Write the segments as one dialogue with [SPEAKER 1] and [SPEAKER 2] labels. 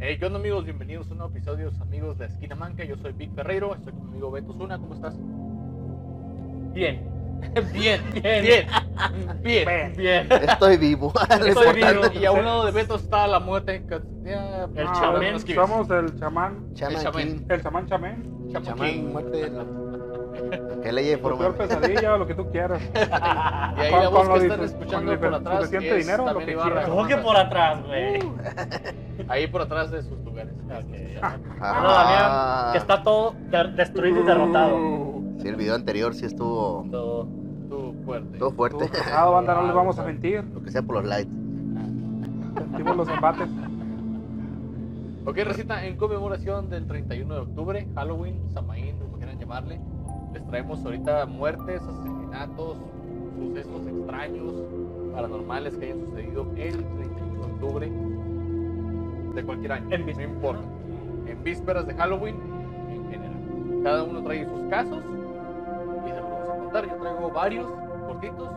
[SPEAKER 1] Eh, ¿Qué onda amigos? Bienvenidos a un nuevo episodio amigos de Esquina Manca. Yo soy Vic Ferreiro, estoy con mi amigo Beto Zuna. ¿Cómo estás?
[SPEAKER 2] Bien. Bien, bien,
[SPEAKER 1] Bien, bien.
[SPEAKER 2] bien, bien.
[SPEAKER 3] Estoy vivo. Lo
[SPEAKER 1] Estoy
[SPEAKER 3] importante.
[SPEAKER 1] vivo. Y a un lado de Beto está la muerte. que- ya,
[SPEAKER 2] El
[SPEAKER 1] no,
[SPEAKER 2] chamán.
[SPEAKER 1] no nos quites.
[SPEAKER 4] Somos el chamán,
[SPEAKER 3] Chaman
[SPEAKER 1] chamán.
[SPEAKER 3] King.
[SPEAKER 4] el chamán chamén,
[SPEAKER 1] Chamán
[SPEAKER 3] Chamán,
[SPEAKER 1] King.
[SPEAKER 3] muerte. Que ley de
[SPEAKER 4] tu peor
[SPEAKER 3] forma.
[SPEAKER 4] pesadilla o lo que tú quieras.
[SPEAKER 1] Y ahí
[SPEAKER 4] Ah, Con-
[SPEAKER 1] la voz
[SPEAKER 4] con lo
[SPEAKER 1] que están
[SPEAKER 4] dife-
[SPEAKER 1] escuchando
[SPEAKER 4] con
[SPEAKER 1] por
[SPEAKER 4] dife-
[SPEAKER 1] atrás.
[SPEAKER 4] suficiente
[SPEAKER 1] es
[SPEAKER 4] dinero, lo
[SPEAKER 1] también
[SPEAKER 4] que
[SPEAKER 1] Ibarra,
[SPEAKER 4] quieras.
[SPEAKER 2] ¿Cómo que por atrás, güey?
[SPEAKER 1] Uh. Ahí por atrás de sus lugares.
[SPEAKER 4] Ah,
[SPEAKER 1] Este, ya.
[SPEAKER 2] Bueno, Damián, que está todo de- destruido y
[SPEAKER 4] Uh.
[SPEAKER 2] derrotado.
[SPEAKER 3] Sí, el video anterior sí estuvo
[SPEAKER 2] Todo.
[SPEAKER 1] Tú fuerte.
[SPEAKER 3] todo fuerte.
[SPEAKER 4] Nada, banda, no les vamos a mentir.
[SPEAKER 3] Lo que sea por los likes.
[SPEAKER 4] Sentimos los embates.
[SPEAKER 1] Ok, recita, en conmemoración del 31 de octubre, Halloween, Samaín, como quieran llamarle, les traemos ahorita muertes, asesinatos, sucesos extraños, paranormales que hayan sucedido el 31 de octubre de cualquier año.
[SPEAKER 2] En
[SPEAKER 1] no
[SPEAKER 2] vísperas.
[SPEAKER 1] importa. En vísperas de Halloween, en general. Cada uno trae sus casos y se los vamos a contar. Yo traigo varios cortitos,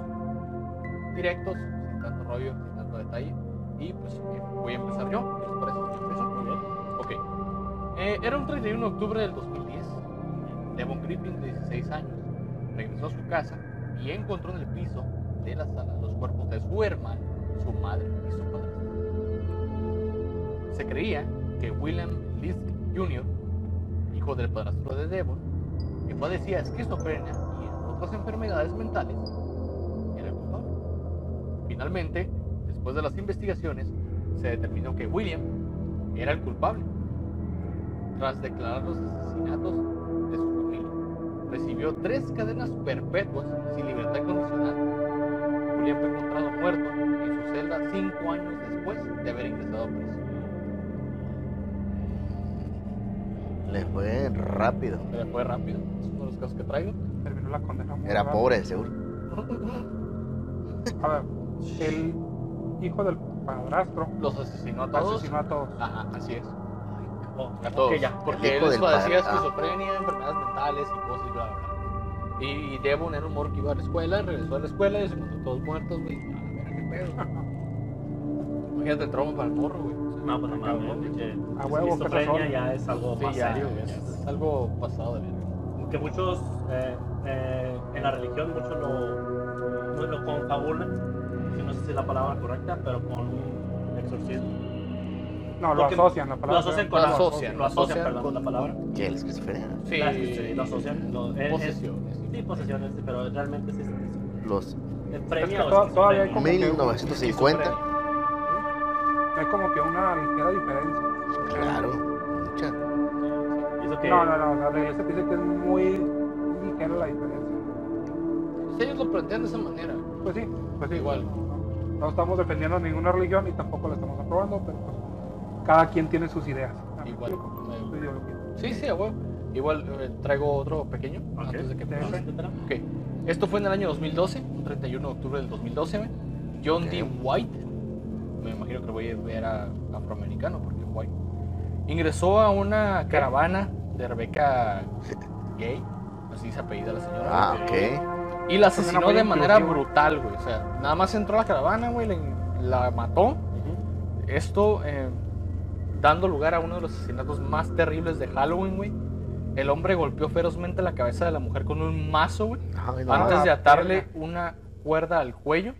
[SPEAKER 1] directos, sin tanto rollo, sin tanto detalle. Y pues eh, voy a empezar yo. ¿Qué les parece? si empiezo?
[SPEAKER 2] Muy bien.
[SPEAKER 1] Ok. Eh, era un 31 de octubre del 2010. Devon Griffin, de 16 años, regresó a su casa y encontró en el piso de la sala los cuerpos de su hermano, su madre y su padre. Se creía que William Lisk Jr., hijo del padrastro de Devon, que padecía esquizofrenia y otras enfermedades mentales, era el culpable. Finalmente, después de las investigaciones, se determinó que William era el culpable. Tras declarar los asesinatos de su familia, recibió tres cadenas perpetuas sin libertad condicional. Julián fue encontrado muerto en su celda cinco años después de haber ingresado a prisión.
[SPEAKER 3] Le fue rápido.
[SPEAKER 1] Se le fue rápido, es uno de los casos que traigo.
[SPEAKER 4] Terminó la condena. muy
[SPEAKER 3] Era
[SPEAKER 4] rápido.
[SPEAKER 3] pobre, seguro.
[SPEAKER 4] A ver, el hijo del padrastro
[SPEAKER 1] Los asesinó a todos.
[SPEAKER 4] asesinó a todos.
[SPEAKER 1] Ajá, así es.
[SPEAKER 2] Oh,
[SPEAKER 1] A todos.
[SPEAKER 2] ok, ya.
[SPEAKER 3] El
[SPEAKER 1] Porque
[SPEAKER 3] hijo
[SPEAKER 1] él
[SPEAKER 3] del
[SPEAKER 1] padecía
[SPEAKER 3] padre, ah.
[SPEAKER 1] esquizofrenia, enfermedades mentales y cosas y bla, bla, bla. Y, y Devon era un morro que iba a la escuela, regresó a la escuela y se encontró todos muertos, güey. A la verga, qué pedo. Imagínate el trauma para el morro, güey. O sea,
[SPEAKER 2] No, pues no mames, pinche
[SPEAKER 4] A huevo, que
[SPEAKER 2] esquizofrenia
[SPEAKER 4] sazón.
[SPEAKER 2] ya es algo
[SPEAKER 1] Sí,
[SPEAKER 2] más
[SPEAKER 1] ya,
[SPEAKER 2] serio,
[SPEAKER 1] ya,
[SPEAKER 2] güey.
[SPEAKER 1] es algo pasado de verga.
[SPEAKER 2] Que muchos, eh, eh, en la religión, muchos lo, no lo confabulan, que no sé si es la palabra correcta, pero con un exorcismo.
[SPEAKER 4] No, lo
[SPEAKER 2] Porque
[SPEAKER 4] asocian, la
[SPEAKER 2] Lo
[SPEAKER 4] palabra.
[SPEAKER 2] asocian con
[SPEAKER 1] Lo
[SPEAKER 2] la-
[SPEAKER 1] asocian,
[SPEAKER 2] Lo asocian, perdón,
[SPEAKER 1] con-
[SPEAKER 2] la palabra.
[SPEAKER 3] Que el esquizofrenia.
[SPEAKER 1] Sí,
[SPEAKER 2] La- sí, lo asocian. Lo, es- es-
[SPEAKER 1] posesiones.
[SPEAKER 2] sí, posesiones, pero realmente sí es esquizofrenia.
[SPEAKER 3] Los
[SPEAKER 2] Es
[SPEAKER 4] Es que
[SPEAKER 2] premio
[SPEAKER 4] to- todavía
[SPEAKER 2] esquizofrenia.
[SPEAKER 4] hay como que un-
[SPEAKER 3] 1950.
[SPEAKER 4] hay como que una ligera diferencia.
[SPEAKER 3] Claro. Mucha.
[SPEAKER 2] Y eso que-
[SPEAKER 4] No, no, no, la realidad dice que es muy ligera la diferencia.
[SPEAKER 1] Si ellos lo plantean de esa manera,
[SPEAKER 4] Pues sí, pues sí.
[SPEAKER 1] Igual.
[SPEAKER 4] No estamos defendiendo ninguna religión y tampoco la estamos aprobando, pero pues, cada quien tiene sus ideas.
[SPEAKER 2] Ah.
[SPEAKER 4] ¿Me
[SPEAKER 1] igual.
[SPEAKER 4] explico?
[SPEAKER 1] eh,
[SPEAKER 4] Su ideología.
[SPEAKER 1] Sí, sí, a huevo. Igual eh, traigo otro pequeño
[SPEAKER 2] Ok.
[SPEAKER 1] antes de que
[SPEAKER 4] Sí.
[SPEAKER 1] pase.
[SPEAKER 2] Etcétera.
[SPEAKER 1] Ok, esto fue en el año 2012, un 31 de octubre del 2012. güey. John
[SPEAKER 3] Ok.
[SPEAKER 1] D. White, me imagino que lo voy a ver a afroamericano porque es White, ingresó a una caravana de Rebeca Gay, así se apellida la señora.
[SPEAKER 3] Ah,
[SPEAKER 1] güey.
[SPEAKER 3] ok.
[SPEAKER 1] Y la
[SPEAKER 4] Suena
[SPEAKER 1] asesinó
[SPEAKER 4] muy
[SPEAKER 1] de manera
[SPEAKER 4] inclusivo.
[SPEAKER 1] brutal, güey. O sea, nada más entró a la caravana, güey, la, la mató. Esto eh, dando lugar a uno de los asesinatos más terribles de Halloween, güey. El hombre golpeó ferozmente la cabeza de la mujer con un mazo, güey,
[SPEAKER 3] Ay, no,
[SPEAKER 1] antes
[SPEAKER 4] la
[SPEAKER 1] de atarle
[SPEAKER 4] verga.
[SPEAKER 1] una cuerda al cuello.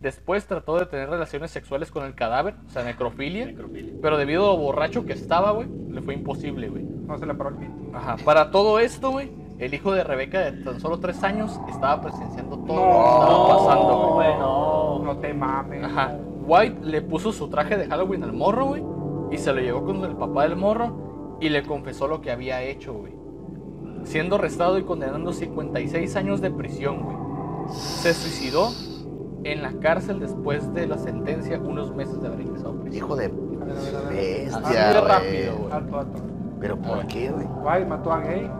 [SPEAKER 1] Después trató de tener relaciones sexuales con el cadáver, o sea, necrofilia.
[SPEAKER 2] Necrofilia.
[SPEAKER 1] Pero debido a lo borracho que estaba, güey, le fue imposible, güey.
[SPEAKER 4] No se le paró el pito.
[SPEAKER 1] Ajá. Para todo esto, güey, el hijo de Rebeca de tan solo tres años estaba presenciando todo lo que
[SPEAKER 4] No,
[SPEAKER 1] estaba pasando, güey.
[SPEAKER 2] güey, no.
[SPEAKER 4] No te mames.
[SPEAKER 1] Ajá. White le puso su traje de Halloween al morro, güey. Y se lo llevó con el papá del morro y le confesó lo que había hecho, güey. Siendo arrestado y condenando 56 años de prisión, güey. Se suicidó en la cárcel después de la sentencia unos meses de haber ingresado a prisión.
[SPEAKER 3] Hijo de
[SPEAKER 4] A ver, a ver, a ver.
[SPEAKER 1] Así
[SPEAKER 3] bestia.
[SPEAKER 1] de
[SPEAKER 3] güey.
[SPEAKER 1] rápido, güey.
[SPEAKER 4] Alto, alto.
[SPEAKER 3] Pero
[SPEAKER 1] A ver.
[SPEAKER 3] ¿por qué, güey?
[SPEAKER 4] Guay, mató a gay.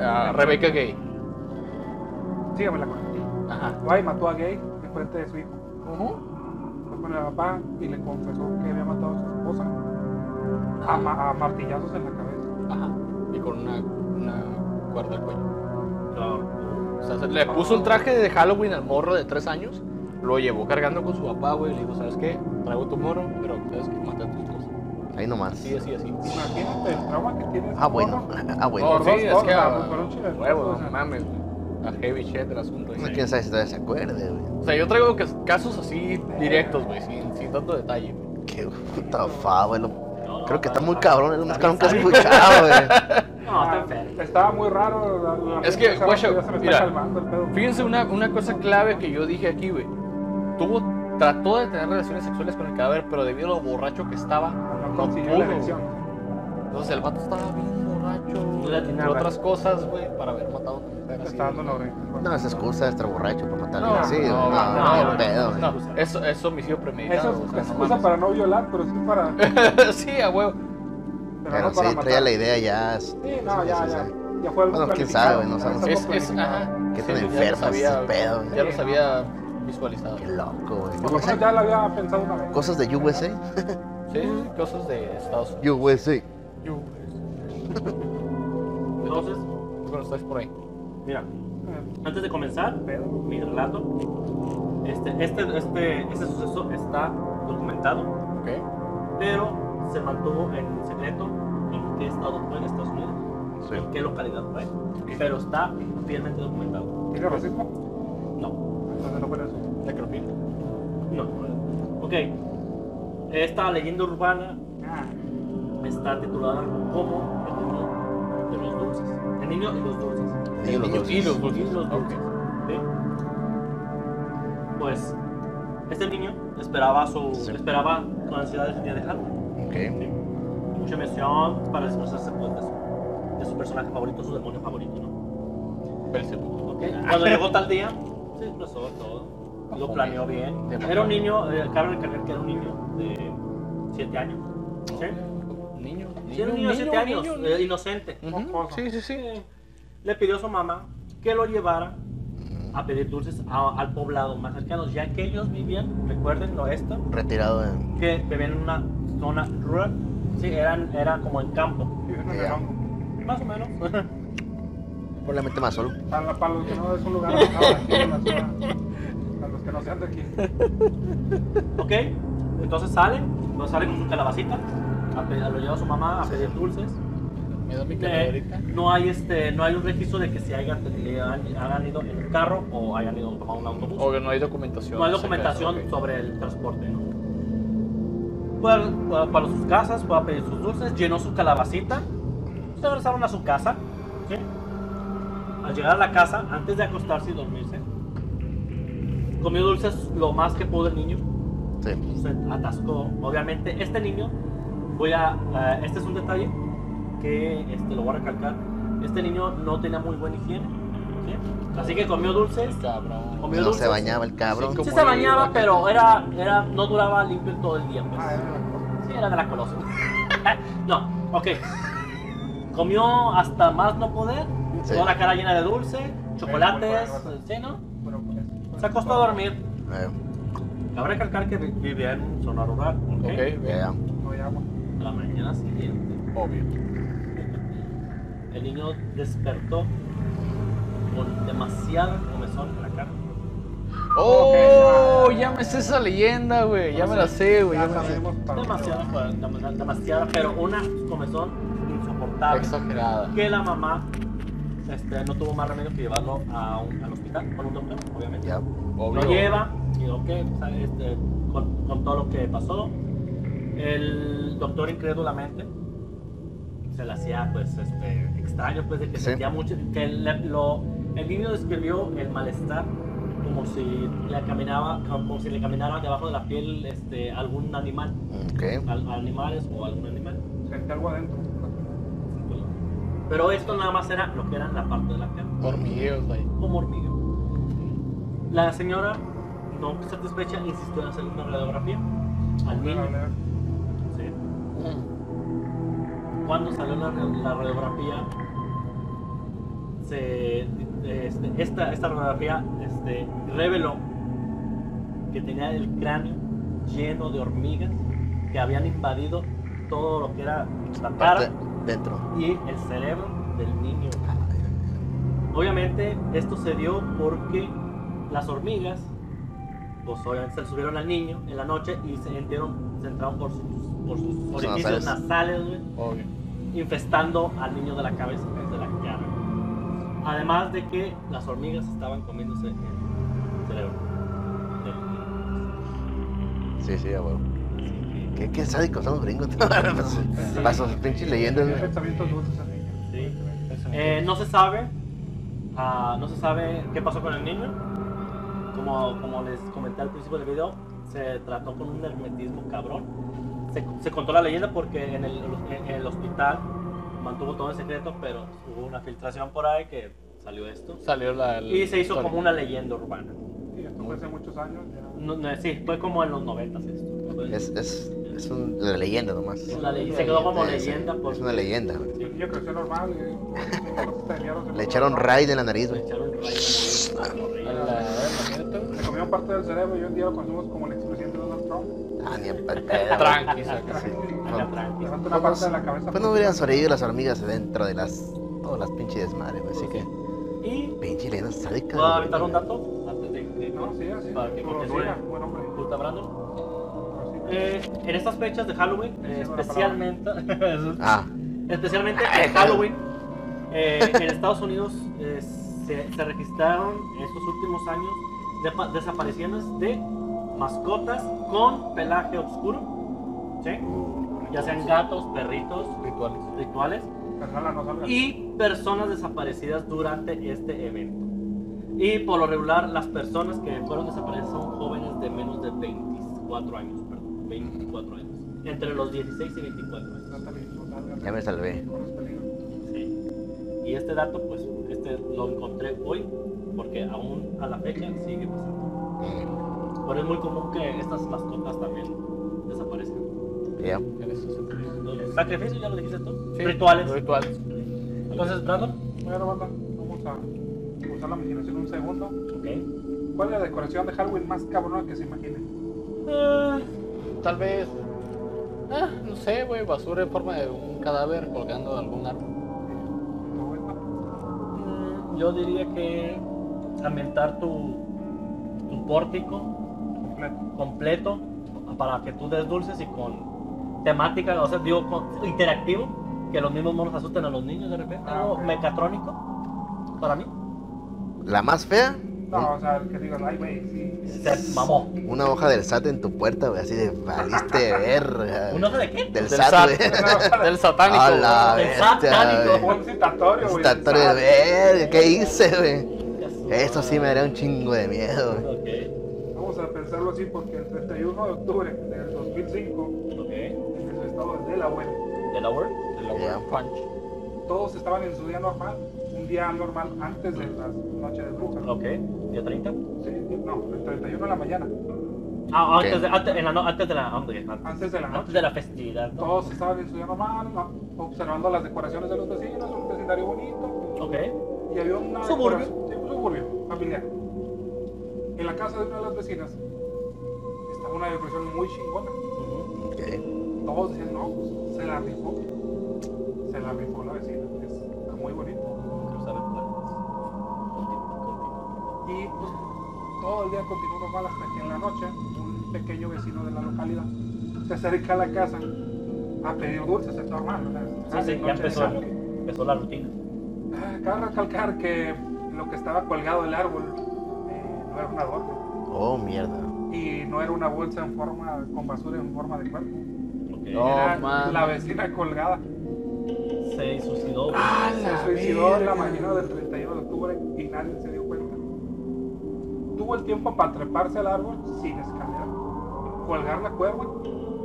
[SPEAKER 1] Ah, Rebeca Gay.
[SPEAKER 4] Sígame la cuenta.
[SPEAKER 1] Ajá.
[SPEAKER 4] Guay mató a gay enfrente de su hijo. Fue con el papá y le confesó que había matado a su esposa a, ma- a martillazos en la cabeza.
[SPEAKER 1] Ajá. Y con una, una cuerda al cuello.
[SPEAKER 2] No.
[SPEAKER 1] O sea, se le puso el traje de Halloween al morro de tres años, lo llevó cargando con su papá, güey, y le dijo, ¿sabes qué? Traigo tu morro, pero ¿sabes qué? Mata a tu esposa.
[SPEAKER 3] Ahí nomás.
[SPEAKER 1] Así, así, así.
[SPEAKER 4] Imagínate el trauma que tiene. esa
[SPEAKER 3] Ah, bueno.
[SPEAKER 4] morra.
[SPEAKER 3] Ah, bueno.
[SPEAKER 4] Por dos, dos,
[SPEAKER 1] a-
[SPEAKER 4] la cucaracha de
[SPEAKER 1] huevo,
[SPEAKER 4] todos,
[SPEAKER 1] no
[SPEAKER 4] eh.
[SPEAKER 1] mames, güey. A heavy shit el asunto. güey.
[SPEAKER 3] Quién sabe si todavía se acuerde, güey.
[SPEAKER 1] O sea, yo traigo cas- casos así directos, güey, sin, sin tanto detalle. güey.
[SPEAKER 3] Qué puta fa, güey. lo-
[SPEAKER 2] No, no,
[SPEAKER 3] Creo que está muy
[SPEAKER 2] ah,
[SPEAKER 3] cabrón. Es lo más
[SPEAKER 2] está
[SPEAKER 3] cabrón que he
[SPEAKER 2] bien
[SPEAKER 3] escuchado, güey.
[SPEAKER 2] sad. No, está
[SPEAKER 4] Ah,
[SPEAKER 2] enfermo.
[SPEAKER 4] Estaba muy raro. la- la-
[SPEAKER 1] Es que,
[SPEAKER 4] esa-
[SPEAKER 1] güey,
[SPEAKER 4] ya se me
[SPEAKER 1] mira.
[SPEAKER 4] está calmando el pedo.
[SPEAKER 1] Fíjense una, una cosa clave que yo dije aquí, güey. Tuvo, trató de tener relaciones sexuales con el cadáver, pero debido a lo borracho que estaba,
[SPEAKER 4] No
[SPEAKER 1] no
[SPEAKER 4] consiguió
[SPEAKER 1] pudo.
[SPEAKER 4] la elección.
[SPEAKER 1] entonces el vato estaba bien borracho,
[SPEAKER 2] No la
[SPEAKER 1] entre
[SPEAKER 2] atinaba.
[SPEAKER 1] otras cosas, güey, para haber matado a una mujer.
[SPEAKER 4] Me
[SPEAKER 1] así,
[SPEAKER 4] está dando la
[SPEAKER 1] güey.
[SPEAKER 4] oreja.
[SPEAKER 3] No, es excusa de estar borracho para matar
[SPEAKER 1] No,
[SPEAKER 3] a alguien así, güey.
[SPEAKER 1] no,
[SPEAKER 3] No,
[SPEAKER 1] no,
[SPEAKER 3] no,
[SPEAKER 1] no,
[SPEAKER 3] no, pedo, güey.
[SPEAKER 1] No, eso, eso es homicidio premeditado.
[SPEAKER 4] Eso es
[SPEAKER 1] o sea, no
[SPEAKER 4] excusa
[SPEAKER 1] mames.
[SPEAKER 4] para no violar, pero sí para. Pero,
[SPEAKER 1] sí, a huevo.
[SPEAKER 4] no
[SPEAKER 3] Pero
[SPEAKER 4] para
[SPEAKER 3] sí,
[SPEAKER 4] matar.
[SPEAKER 3] traía la idea ya. es-
[SPEAKER 4] Sí, no,
[SPEAKER 3] sí,
[SPEAKER 4] ya,
[SPEAKER 3] sí,
[SPEAKER 4] ya.
[SPEAKER 3] sí.
[SPEAKER 4] Ya fue algo
[SPEAKER 3] Bueno, quién
[SPEAKER 4] planificado,
[SPEAKER 3] sabe, no
[SPEAKER 4] ya
[SPEAKER 3] sabemos.
[SPEAKER 4] es algo
[SPEAKER 1] Es, es,
[SPEAKER 4] planificado.
[SPEAKER 1] ajá.
[SPEAKER 3] Qué
[SPEAKER 1] sí,
[SPEAKER 3] tan
[SPEAKER 1] ya lo
[SPEAKER 3] enfermo es
[SPEAKER 1] sabía,
[SPEAKER 3] ese pedo,
[SPEAKER 1] Ya
[SPEAKER 3] güey.
[SPEAKER 1] los había visualizado.
[SPEAKER 3] Qué loco, güey.
[SPEAKER 4] Por lo menos
[SPEAKER 3] USA.
[SPEAKER 4] ya lo había pensado una vez.
[SPEAKER 3] Cosas de USA.
[SPEAKER 1] Sí, sí, cosas de Estados Unidos.
[SPEAKER 3] USA.
[SPEAKER 2] Entonces,
[SPEAKER 1] Bueno, estáis por ahí.
[SPEAKER 2] mira,
[SPEAKER 4] Eh,
[SPEAKER 2] antes de comenzar
[SPEAKER 4] Pedo.
[SPEAKER 2] mi relato, este, este, este, este suceso está documentado,
[SPEAKER 1] Ok.
[SPEAKER 2] pero se mantuvo en secreto en qué estado fue en Estados Unidos, en qué localidad fue, pero está fielmente documentado.
[SPEAKER 4] ¿Tiene racismo?
[SPEAKER 2] No,
[SPEAKER 4] Entonces no fue eso.
[SPEAKER 1] Necrofilia.
[SPEAKER 2] no. Ok, esta leyenda urbana
[SPEAKER 4] Ah,
[SPEAKER 2] está titulada como el niño de los dulces. El niño y los dulces.
[SPEAKER 3] Niño y los
[SPEAKER 1] Y los
[SPEAKER 2] Y
[SPEAKER 1] dulces.
[SPEAKER 2] los dulces.
[SPEAKER 1] Ok.
[SPEAKER 2] ¿sí? Pues este niño esperaba su
[SPEAKER 3] Sí.
[SPEAKER 2] esperaba con ansiedad el día de Halloween.
[SPEAKER 3] Ok.
[SPEAKER 2] Mucha emoción para desplazarse pues, de, su, de su personaje favorito, su demonio favorito, ¿no?
[SPEAKER 1] Belcebú.
[SPEAKER 2] Ok, Cuando llegó tal día, se desplazó todo. Lo planeó bien. Era un niño, eh, cabe recalcar que era un niño de 7 años. ¿sí?
[SPEAKER 1] Niño.
[SPEAKER 2] Sí, era un niño de 7 años,
[SPEAKER 1] niño,
[SPEAKER 2] eh,
[SPEAKER 1] niño.
[SPEAKER 2] inocente.
[SPEAKER 1] Ujú, Sí, sí, sí.
[SPEAKER 2] Eh, le pidió a su mamá que lo llevara a pedir dulces a- al poblado más cercano, ya que ellos vivían, recuerden esto,
[SPEAKER 3] Retirado en.
[SPEAKER 2] que vivían en una zona rural, sí, eran, era como en campo,
[SPEAKER 4] y viven en
[SPEAKER 3] Ya.
[SPEAKER 4] el hongo.
[SPEAKER 2] más o menos.
[SPEAKER 3] Probablemente más solo.
[SPEAKER 4] Para, para los que no es un lugar habitado aquí en la zona. Para los que no sean de aquí.
[SPEAKER 2] ok, entonces sale, pues sale con su calabacita, a pe- lo lleva a su mamá a pedir dulces.
[SPEAKER 1] Me da mi
[SPEAKER 2] Eh,
[SPEAKER 1] calavera.
[SPEAKER 2] no hay este no hay un registro de que se hayan, le eh, han- hayan ido en un carro o hayan ido tomado un autobús.
[SPEAKER 1] O que no hay documentación.
[SPEAKER 2] No hay
[SPEAKER 1] acerca de eso,
[SPEAKER 2] documentación
[SPEAKER 1] ok.
[SPEAKER 2] sobre el transporte, ¿no? Fue, al- fue para sus casas, fue a pedir sus dulces, llenó su calabacita, se regresaron a su casa. ¿sí? Al llegar a la casa, antes de acostarse y dormirse, comió dulces lo más que pudo el niño,
[SPEAKER 3] Sí.
[SPEAKER 2] se atascó. Obviamente, este niño, voy a. eh, este es un detalle que este, lo voy a recalcar. Este niño no tenía muy buena higiene, ¿sí? así que comió dulces.
[SPEAKER 1] Cabrón.
[SPEAKER 2] Comió
[SPEAKER 3] No
[SPEAKER 2] dulces.
[SPEAKER 3] se bañaba el
[SPEAKER 1] Sí,
[SPEAKER 3] cabrón.
[SPEAKER 2] Sí
[SPEAKER 1] como
[SPEAKER 2] se
[SPEAKER 1] el
[SPEAKER 2] bañaba,
[SPEAKER 1] vaquero.
[SPEAKER 2] pero era, era, no duraba limpio todo el día, pues.
[SPEAKER 1] eh.
[SPEAKER 4] Ah, era una cosa.
[SPEAKER 2] Sí, era de la colosa. no, ok. Comió hasta más no poder,
[SPEAKER 3] Sí.
[SPEAKER 2] toda la cara llena de dulce, chocolates,
[SPEAKER 4] Sí, bueno,
[SPEAKER 2] sí, ¿no?
[SPEAKER 4] Bueno, pues,
[SPEAKER 2] Se acostó a dormir.
[SPEAKER 3] Eh,
[SPEAKER 2] Cabe recalcar que vi- vivía en zona rural, ok.
[SPEAKER 1] Ok, bien.
[SPEAKER 3] ya.
[SPEAKER 4] No hay agua.
[SPEAKER 2] A la mañana siguiente,
[SPEAKER 1] Obvio.
[SPEAKER 2] el niño despertó con demasiada comezón en la cara.
[SPEAKER 1] Oh, ya me sé esa leyenda, güey. Ya me la sé, güey. Ya
[SPEAKER 4] Ya
[SPEAKER 1] me la sé.
[SPEAKER 4] sabemos para
[SPEAKER 2] Demasiada, demasiada, demasiada, pues, pero una comezón insoportable.
[SPEAKER 1] Exagerada.
[SPEAKER 2] que la mamá este, no tuvo más remedio que llevarlo a un- al hospital con un doctor, obviamente.
[SPEAKER 3] Ya.
[SPEAKER 2] Lo
[SPEAKER 1] Obvio.
[SPEAKER 2] lleva, y digo, "Ok, sabe, este, con, con todo lo que pasó. El doctor incrédulamente se le hacía pues este, extraño pues de que
[SPEAKER 3] Sí.
[SPEAKER 2] sentía mucho, que le- lo- el niño describió el malestar como si le caminaba, como si le caminara debajo de la piel este, algún animal,
[SPEAKER 3] Ok.
[SPEAKER 2] al- animales o algún animal.
[SPEAKER 4] Sentí algo adentro.
[SPEAKER 2] Pero esto nada más era lo que era la parte de la cara.
[SPEAKER 1] Hormigueos, güey.
[SPEAKER 2] como hormiga. La señora, no satisfecha, insistió en hacer una radiografía al niño.
[SPEAKER 4] Ah,
[SPEAKER 2] ¿sí? Cuando salió la, la radiografía, se, este, esta, esta radiografía este, reveló que tenía el cráneo lleno de hormigas que habían invadido todo lo que era la
[SPEAKER 3] Parte
[SPEAKER 2] cara
[SPEAKER 3] dentro.
[SPEAKER 2] y el cerebro del niño. Obviamente esto se dio porque las hormigas, pues obviamente se le subieron al niño en la noche y se entraron, se entraron por sus por sus orificios
[SPEAKER 3] nasales.
[SPEAKER 2] nasales, güey,
[SPEAKER 1] Obvio.
[SPEAKER 2] infestando al niño de la cabeza, de la cara. Además de que las hormigas estaban comiéndose el cerebro. del niño.
[SPEAKER 3] Sí, sí, a huevo. ¿Qué, qué sádicos son los gringos? Para sus pinches leyendas,
[SPEAKER 4] Tiene
[SPEAKER 3] güey.
[SPEAKER 4] pensamientos dulces el niño.
[SPEAKER 2] Sí. Eh, no se sabe. ah, no se sabe qué pasó con el niño. Como, como les comenté al principio del video, se trató con un hermetismo cabrón. Se, se contó la leyenda porque en el, en el hospital mantuvo todo en secreto, pero hubo una filtración por ahí que salió esto.
[SPEAKER 1] Salió la. la
[SPEAKER 2] Y se hizo
[SPEAKER 1] historia.
[SPEAKER 2] como una leyenda urbana.
[SPEAKER 4] Y esto fue hace muchos años. ya.
[SPEAKER 2] No, no, sí, fue como en los noventas esto. Fue-
[SPEAKER 3] Es, es, es una leyenda nomás.
[SPEAKER 2] es una ley- se quedó como leyenda pues.
[SPEAKER 3] Es-
[SPEAKER 2] por...
[SPEAKER 3] Es una leyenda, güey.
[SPEAKER 4] El niño creció normal. y todos los italianos se
[SPEAKER 3] Le
[SPEAKER 4] fueron
[SPEAKER 3] echaron
[SPEAKER 4] a-
[SPEAKER 3] raid de la nariz,
[SPEAKER 2] Le
[SPEAKER 3] güey.
[SPEAKER 2] echaron rayo.
[SPEAKER 3] Ah,
[SPEAKER 1] A la- a la neta, güey.
[SPEAKER 4] Le comieron parte del cerebro y hoy en día lo conocemos como el expresidente Donald Trump.
[SPEAKER 3] Ah, ni en pal pedo, güey.
[SPEAKER 1] Tranqui, saca.
[SPEAKER 3] Sí.
[SPEAKER 2] A la
[SPEAKER 3] Pues-
[SPEAKER 2] Frankie.
[SPEAKER 4] Levanta una
[SPEAKER 3] Pues,
[SPEAKER 4] parte de la cabeza.
[SPEAKER 3] Pues no hubieran sobrevivido las hormigas dentro de las. Todas las pinches desmadres, güey. Así que.
[SPEAKER 2] Y
[SPEAKER 3] Pinche leyendas sádicas.
[SPEAKER 2] ¿Puedo
[SPEAKER 3] güey.
[SPEAKER 2] aventar un dato? Antes de que
[SPEAKER 4] No, sí, así.
[SPEAKER 2] Para que
[SPEAKER 4] Pero sí,
[SPEAKER 2] continúe.
[SPEAKER 4] buen hombre.
[SPEAKER 2] Puta, Brandon.
[SPEAKER 4] Pero sí.
[SPEAKER 2] Eh, en estas fechas de Halloween, eh,
[SPEAKER 4] Sí, buena
[SPEAKER 2] especialmente,
[SPEAKER 3] Ah,
[SPEAKER 2] especialmente en Halloween, eh, en Estados Unidos eh, se, se registraron en estos últimos años de, pa- desapariciones de mascotas con pelaje oscuro, ¿sí? ya sean gatos, perritos,
[SPEAKER 1] Rituales.
[SPEAKER 2] rituales,
[SPEAKER 4] Carnala, no salgas.
[SPEAKER 2] y personas desaparecidas durante este evento. Y por lo regular, las personas que fueron desaparecidas son jóvenes de menos de 24 años, perdón, 24 años, entre los 16 y 24 años.
[SPEAKER 4] No salgas, no salgas.
[SPEAKER 3] ya me salvé.
[SPEAKER 4] Corres peligro.
[SPEAKER 2] Sí. Y este dato, pues, este lo encontré hoy, porque aún a la fecha sigue pasando.
[SPEAKER 3] Mm,
[SPEAKER 2] Pero es muy común que estas mascotas también desaparezcan.
[SPEAKER 3] Ya.
[SPEAKER 1] En eso se utiliza.
[SPEAKER 2] Entonces, Sacrificio, ya lo dijiste tú.
[SPEAKER 1] Sí,
[SPEAKER 2] Rituales.
[SPEAKER 1] Rituales.
[SPEAKER 2] Entonces, Brandon.
[SPEAKER 4] Bueno, banda, vamos a usar la imaginación un segundo.
[SPEAKER 2] Ok.
[SPEAKER 4] ¿Cuál es la decoración de Halloween más cabrona que se imaginen?
[SPEAKER 2] Ah,
[SPEAKER 1] Tal vez. Ah, no sé, güey. Basura en forma de un cadáver colgando de algún árbol.
[SPEAKER 4] Todo esto.
[SPEAKER 2] Mm, Yo diría que ambientar tu, tu pórtico
[SPEAKER 4] Completo.
[SPEAKER 2] completo para que tú des dulces y con temática, o sea, digo, con- interactivo, que los mismos monos asusten a los niños de repente,
[SPEAKER 4] Ah,
[SPEAKER 2] algo
[SPEAKER 4] ok.
[SPEAKER 2] mecatrónico para mí.
[SPEAKER 3] La más fea,
[SPEAKER 4] No, o sea, el que digas, ay, güey, sí.
[SPEAKER 2] Se mamó.
[SPEAKER 3] una hoja del SAT en tu puerta, güey. Así de valiste de verga.
[SPEAKER 2] ¿Una hoja de qué?
[SPEAKER 3] Del
[SPEAKER 1] Del
[SPEAKER 3] SAT,
[SPEAKER 1] SAT.
[SPEAKER 3] güey.
[SPEAKER 1] Del satánico.
[SPEAKER 3] A la
[SPEAKER 2] Del
[SPEAKER 3] bestia,
[SPEAKER 2] satánico.
[SPEAKER 3] güey.
[SPEAKER 4] Un citatorio, güey. Ah,
[SPEAKER 3] Estatuario de verga. ¿Qué hice, güey?
[SPEAKER 2] Casual.
[SPEAKER 3] Eso sí me daría un chingo de miedo, güey.
[SPEAKER 2] Ok,
[SPEAKER 4] Vamos a pensarlo así porque el 31 de octubre del 2005,
[SPEAKER 2] ok.
[SPEAKER 4] en el estado de Delaware,
[SPEAKER 2] Delaware.
[SPEAKER 1] Del
[SPEAKER 3] Ya.
[SPEAKER 1] punch.
[SPEAKER 4] todos estaban en su día normal, un día normal antes de las noches de brujas.
[SPEAKER 2] Ok, día 30.
[SPEAKER 4] Sí, no, el 31 de la mañana,
[SPEAKER 2] Ah,
[SPEAKER 3] Ok.
[SPEAKER 2] antes, de, antes, en la no- antes de la hombre, antes,
[SPEAKER 4] antes de la
[SPEAKER 2] antes
[SPEAKER 4] noche.
[SPEAKER 2] de la festividad. ¿no?
[SPEAKER 4] Todos estaban en su día normal, no, observando las decoraciones de los vecinos, un vecindario bonito,
[SPEAKER 2] Ok,
[SPEAKER 4] y había una
[SPEAKER 2] Suburbio.
[SPEAKER 4] decoración- sí, un suburbio familiar. En la casa de una de las vecinas estaba una decoración muy chingona.
[SPEAKER 2] ujú,
[SPEAKER 3] Ok.
[SPEAKER 4] Todos decían, no, pues, se la rifó. Se la rifó la vecina, es está muy bonito.
[SPEAKER 2] cruzar el puente. Continúa.
[SPEAKER 4] Y pues, todo el día continuó normal hasta que en la noche un pequeño vecino de la localidad se acerca a la casa a pedir dulces, es normal. o sea,
[SPEAKER 2] Sí, sí,
[SPEAKER 4] noche
[SPEAKER 2] ya
[SPEAKER 4] de
[SPEAKER 2] empezó,
[SPEAKER 4] Halloween.
[SPEAKER 2] empezó la rutina.
[SPEAKER 4] Cabe recalcar que lo que estaba colgado del árbol eh, no era un adorno
[SPEAKER 3] Oh, mierda.
[SPEAKER 4] y no era una bolsa en forma con basura en forma de cuerpo.
[SPEAKER 2] Ok.
[SPEAKER 1] No.
[SPEAKER 4] era
[SPEAKER 1] mames.
[SPEAKER 4] la vecina colgada.
[SPEAKER 2] Se suicidó. güey.
[SPEAKER 4] Se suicidó en la mañana del 31 de octubre y nadie se dio cuenta. Tuvo el tiempo para treparse al árbol sin escalera, colgar la cuerda.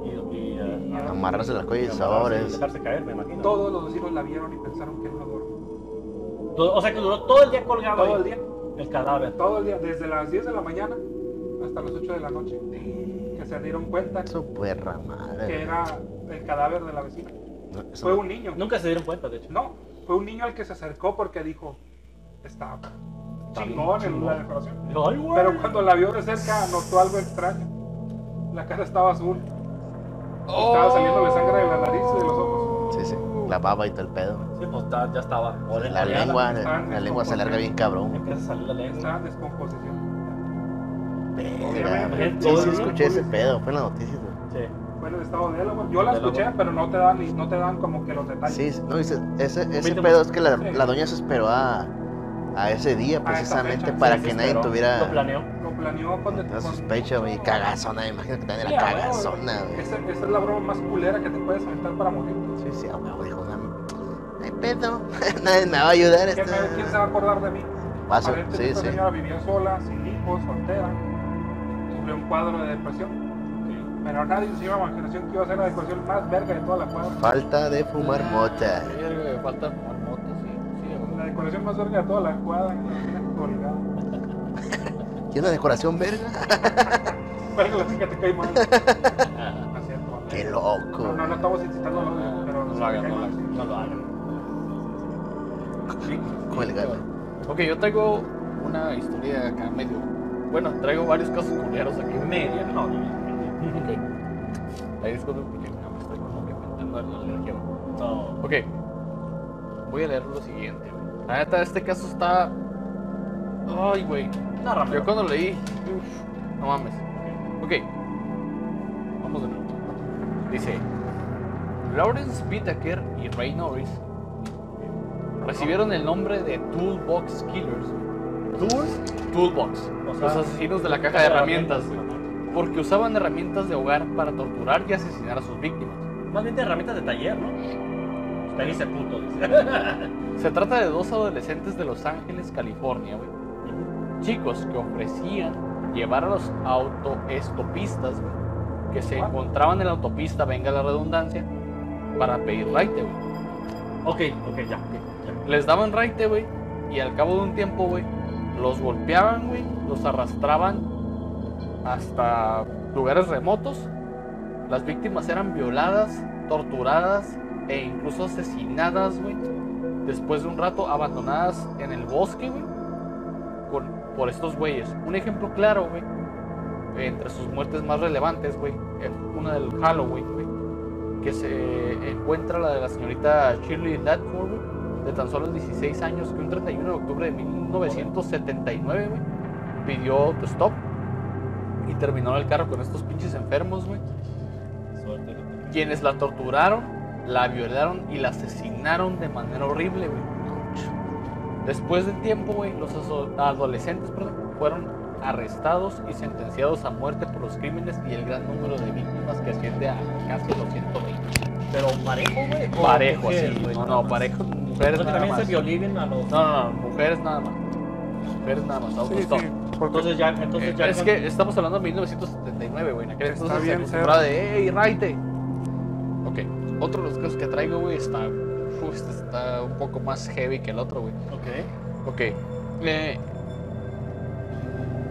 [SPEAKER 2] Y, y, eh,
[SPEAKER 4] y
[SPEAKER 3] Amarrarse las
[SPEAKER 2] y
[SPEAKER 3] cuellas y
[SPEAKER 2] amarrarse y
[SPEAKER 3] sabores.
[SPEAKER 2] dejarse caer, me imagino.
[SPEAKER 4] Todos los vecinos la vieron y pensaron que era un adorno.
[SPEAKER 2] Todo- o sea que duró todo el día colgado
[SPEAKER 4] Todo el
[SPEAKER 2] ahí,
[SPEAKER 4] día,
[SPEAKER 2] el cadáver.
[SPEAKER 4] todo el día, desde las 10 de la mañana hasta las 8 de la noche, que se dieron cuenta
[SPEAKER 3] Su perra
[SPEAKER 4] que
[SPEAKER 3] madre.
[SPEAKER 4] era el cadáver de la vecina.
[SPEAKER 3] No, eso-
[SPEAKER 4] Fue un niño.
[SPEAKER 2] Nunca se dieron cuenta, de hecho.
[SPEAKER 4] No, fue un niño al que se acercó porque dijo, está
[SPEAKER 2] Está bien
[SPEAKER 4] chingón en la
[SPEAKER 2] chingón".
[SPEAKER 4] decoración.
[SPEAKER 2] Ay, güey.
[SPEAKER 4] Pero cuando la vio de cerca notó algo extraño. La cara estaba azul.
[SPEAKER 1] Oh.
[SPEAKER 4] Estaba saliéndole sangre de la nariz y de los ojos.
[SPEAKER 3] Sí, sí. La baba y todo el pedo.
[SPEAKER 2] Sí, pues ta- ya estaba.
[SPEAKER 3] La
[SPEAKER 2] Ya
[SPEAKER 3] lengua, la,
[SPEAKER 4] están
[SPEAKER 3] lengua se larga bien
[SPEAKER 2] la-
[SPEAKER 3] cabrón.
[SPEAKER 2] Empieza a salir la lengua.
[SPEAKER 4] Estaba en descomposición.
[SPEAKER 3] Verga, güey. Sí, sí, escuché ese pedo. Fue en las noticias, güey.
[SPEAKER 2] Sí.
[SPEAKER 4] fue en el estado de Delaware. Yo la
[SPEAKER 2] Delaware.
[SPEAKER 4] escuché, pero no te dan ni- no te dan como que los detalles.
[SPEAKER 3] Sí, no, dice, ese, ese
[SPEAKER 2] Vete,
[SPEAKER 3] pedo es que la,
[SPEAKER 4] sí.
[SPEAKER 3] la doña se esperó a, a ese día
[SPEAKER 4] esa
[SPEAKER 3] precisamente
[SPEAKER 4] fecha,
[SPEAKER 3] para
[SPEAKER 2] Sí,
[SPEAKER 3] que
[SPEAKER 2] se
[SPEAKER 3] nadie
[SPEAKER 2] esperó, Lo
[SPEAKER 3] tuviera
[SPEAKER 2] planeó.
[SPEAKER 4] Lo planeó con
[SPEAKER 3] una sospecha, güey, cagazona, imagino que también
[SPEAKER 4] Sí,
[SPEAKER 3] era
[SPEAKER 4] a huevo,
[SPEAKER 3] cagazona,
[SPEAKER 4] güey.
[SPEAKER 3] güey.
[SPEAKER 4] Esa, esa es la broma más culera que te puedes aventar para morir.
[SPEAKER 3] Sí, sí, a huevo, dijo, no hay pedo, nadie me va a ayudar,
[SPEAKER 4] ¿Quién, sabe- quién se va a
[SPEAKER 3] este
[SPEAKER 4] acordar de mí?
[SPEAKER 3] paso,
[SPEAKER 4] Aparentemente
[SPEAKER 3] sí,
[SPEAKER 4] esta
[SPEAKER 3] sí.
[SPEAKER 4] señora vivía sola, sin hijos, soltera. Sufrió un cuadro de depresión. Pero nadie se iba a imaginación que iba a ser la depresión más verga de toda la cuadra.
[SPEAKER 3] Falta de fumar mota.
[SPEAKER 1] Verga, Falta fumar mota, sí. sí, a huevo.
[SPEAKER 4] La decoración más verga de toda la cuadra. la colgada.
[SPEAKER 3] ¿Y una decoración verga? Ah,
[SPEAKER 4] Verga, la chica te cae mal. No es cierto, güey.
[SPEAKER 3] ¡Qué
[SPEAKER 4] No,
[SPEAKER 3] loco!
[SPEAKER 4] no, no estamos incitando a los pero
[SPEAKER 1] No lo hagan, no lo hagan, no lo
[SPEAKER 3] Cuélgame.
[SPEAKER 1] Ok, yo traigo una historia acá medio. Bueno, traigo varios casos culeros aquí.
[SPEAKER 2] Media, no, no,
[SPEAKER 1] Ok. Ahí disculpen porque ya me estoy como que inventando la alergia. güey.
[SPEAKER 2] no.
[SPEAKER 1] Ok. Voy a leer lo siguiente, güey. La neta, este caso está. Ay, güey. Yo
[SPEAKER 2] No, rápido.
[SPEAKER 1] cuando lo leí. uf, no mames. Ok. Vamos de nuevo. Dice. Lawrence Whittaker y Ray Norris eh, recibieron el nombre de Toolbox Killers. Tool Toolbox.
[SPEAKER 2] O sea,
[SPEAKER 1] los asesinos de la caja de herramientas. güey, Porque usaban herramientas de hogar para torturar y asesinar a sus víctimas.
[SPEAKER 2] Más bien de herramientas de taller, ¿no? Está dice puto, dice.
[SPEAKER 1] Se trata de dos adolescentes de Los Ángeles, California, güey. Chicos que ofrecían llevar a los autoestopistas, güey, que se
[SPEAKER 4] Ah.
[SPEAKER 1] encontraban en la autopista, venga la redundancia, para pedir raite, güey.
[SPEAKER 2] ok, ok, ya. ya.
[SPEAKER 1] Les daban raite, güey, y al cabo de un tiempo, güey, los golpeaban, güey, los arrastraban hasta lugares remotos. Las víctimas eran violadas, torturadas e incluso asesinadas, güey. Después de un rato abandonadas en el bosque, güey. con- por estos güeyes. Un ejemplo claro, güey. Entre sus muertes más relevantes, güey. Es una del Halloween, güey. Que se encuentra la de la señorita Shirley Latford, güey. De tan solo 16 años, que un 31 de octubre de 1979, güey. Pidió autostop. Y terminó en el carro con estos pinches enfermos, güey
[SPEAKER 2] Suerte.
[SPEAKER 1] quienes la torturaron, la violaron y la asesinaron de manera horrible, güey. Después del tiempo, güey, los aso- adolescentes perdón, fueron arrestados y sentenciados a muerte por los crímenes y el gran número de víctimas que asciende a casi los 120.
[SPEAKER 2] Pero parejo, güey. o pues,
[SPEAKER 1] Parejo,
[SPEAKER 2] mujer,
[SPEAKER 1] así.
[SPEAKER 2] güey,
[SPEAKER 1] No,
[SPEAKER 2] nada
[SPEAKER 1] no,
[SPEAKER 2] más.
[SPEAKER 1] parejo.
[SPEAKER 2] Pero
[SPEAKER 1] Mujeres nada
[SPEAKER 2] también se
[SPEAKER 1] más. No,
[SPEAKER 2] violinen a los.
[SPEAKER 1] no, no, mujeres nada más. Mujeres nada más,
[SPEAKER 4] Sí,
[SPEAKER 1] autostop.
[SPEAKER 4] sí, porque
[SPEAKER 2] Entonces ya, entonces
[SPEAKER 1] Eh,
[SPEAKER 2] ya.
[SPEAKER 1] es que estamos hablando de 1979, güey. En aquel
[SPEAKER 4] Está
[SPEAKER 1] entonces se
[SPEAKER 4] bien,
[SPEAKER 1] acostumbraba de, ¡Ey, raite! Ok, otro de los casos que traigo, güey, está, uf, este está un poco más heavy que el otro, güey.
[SPEAKER 2] Ok.
[SPEAKER 1] Ok. Eh,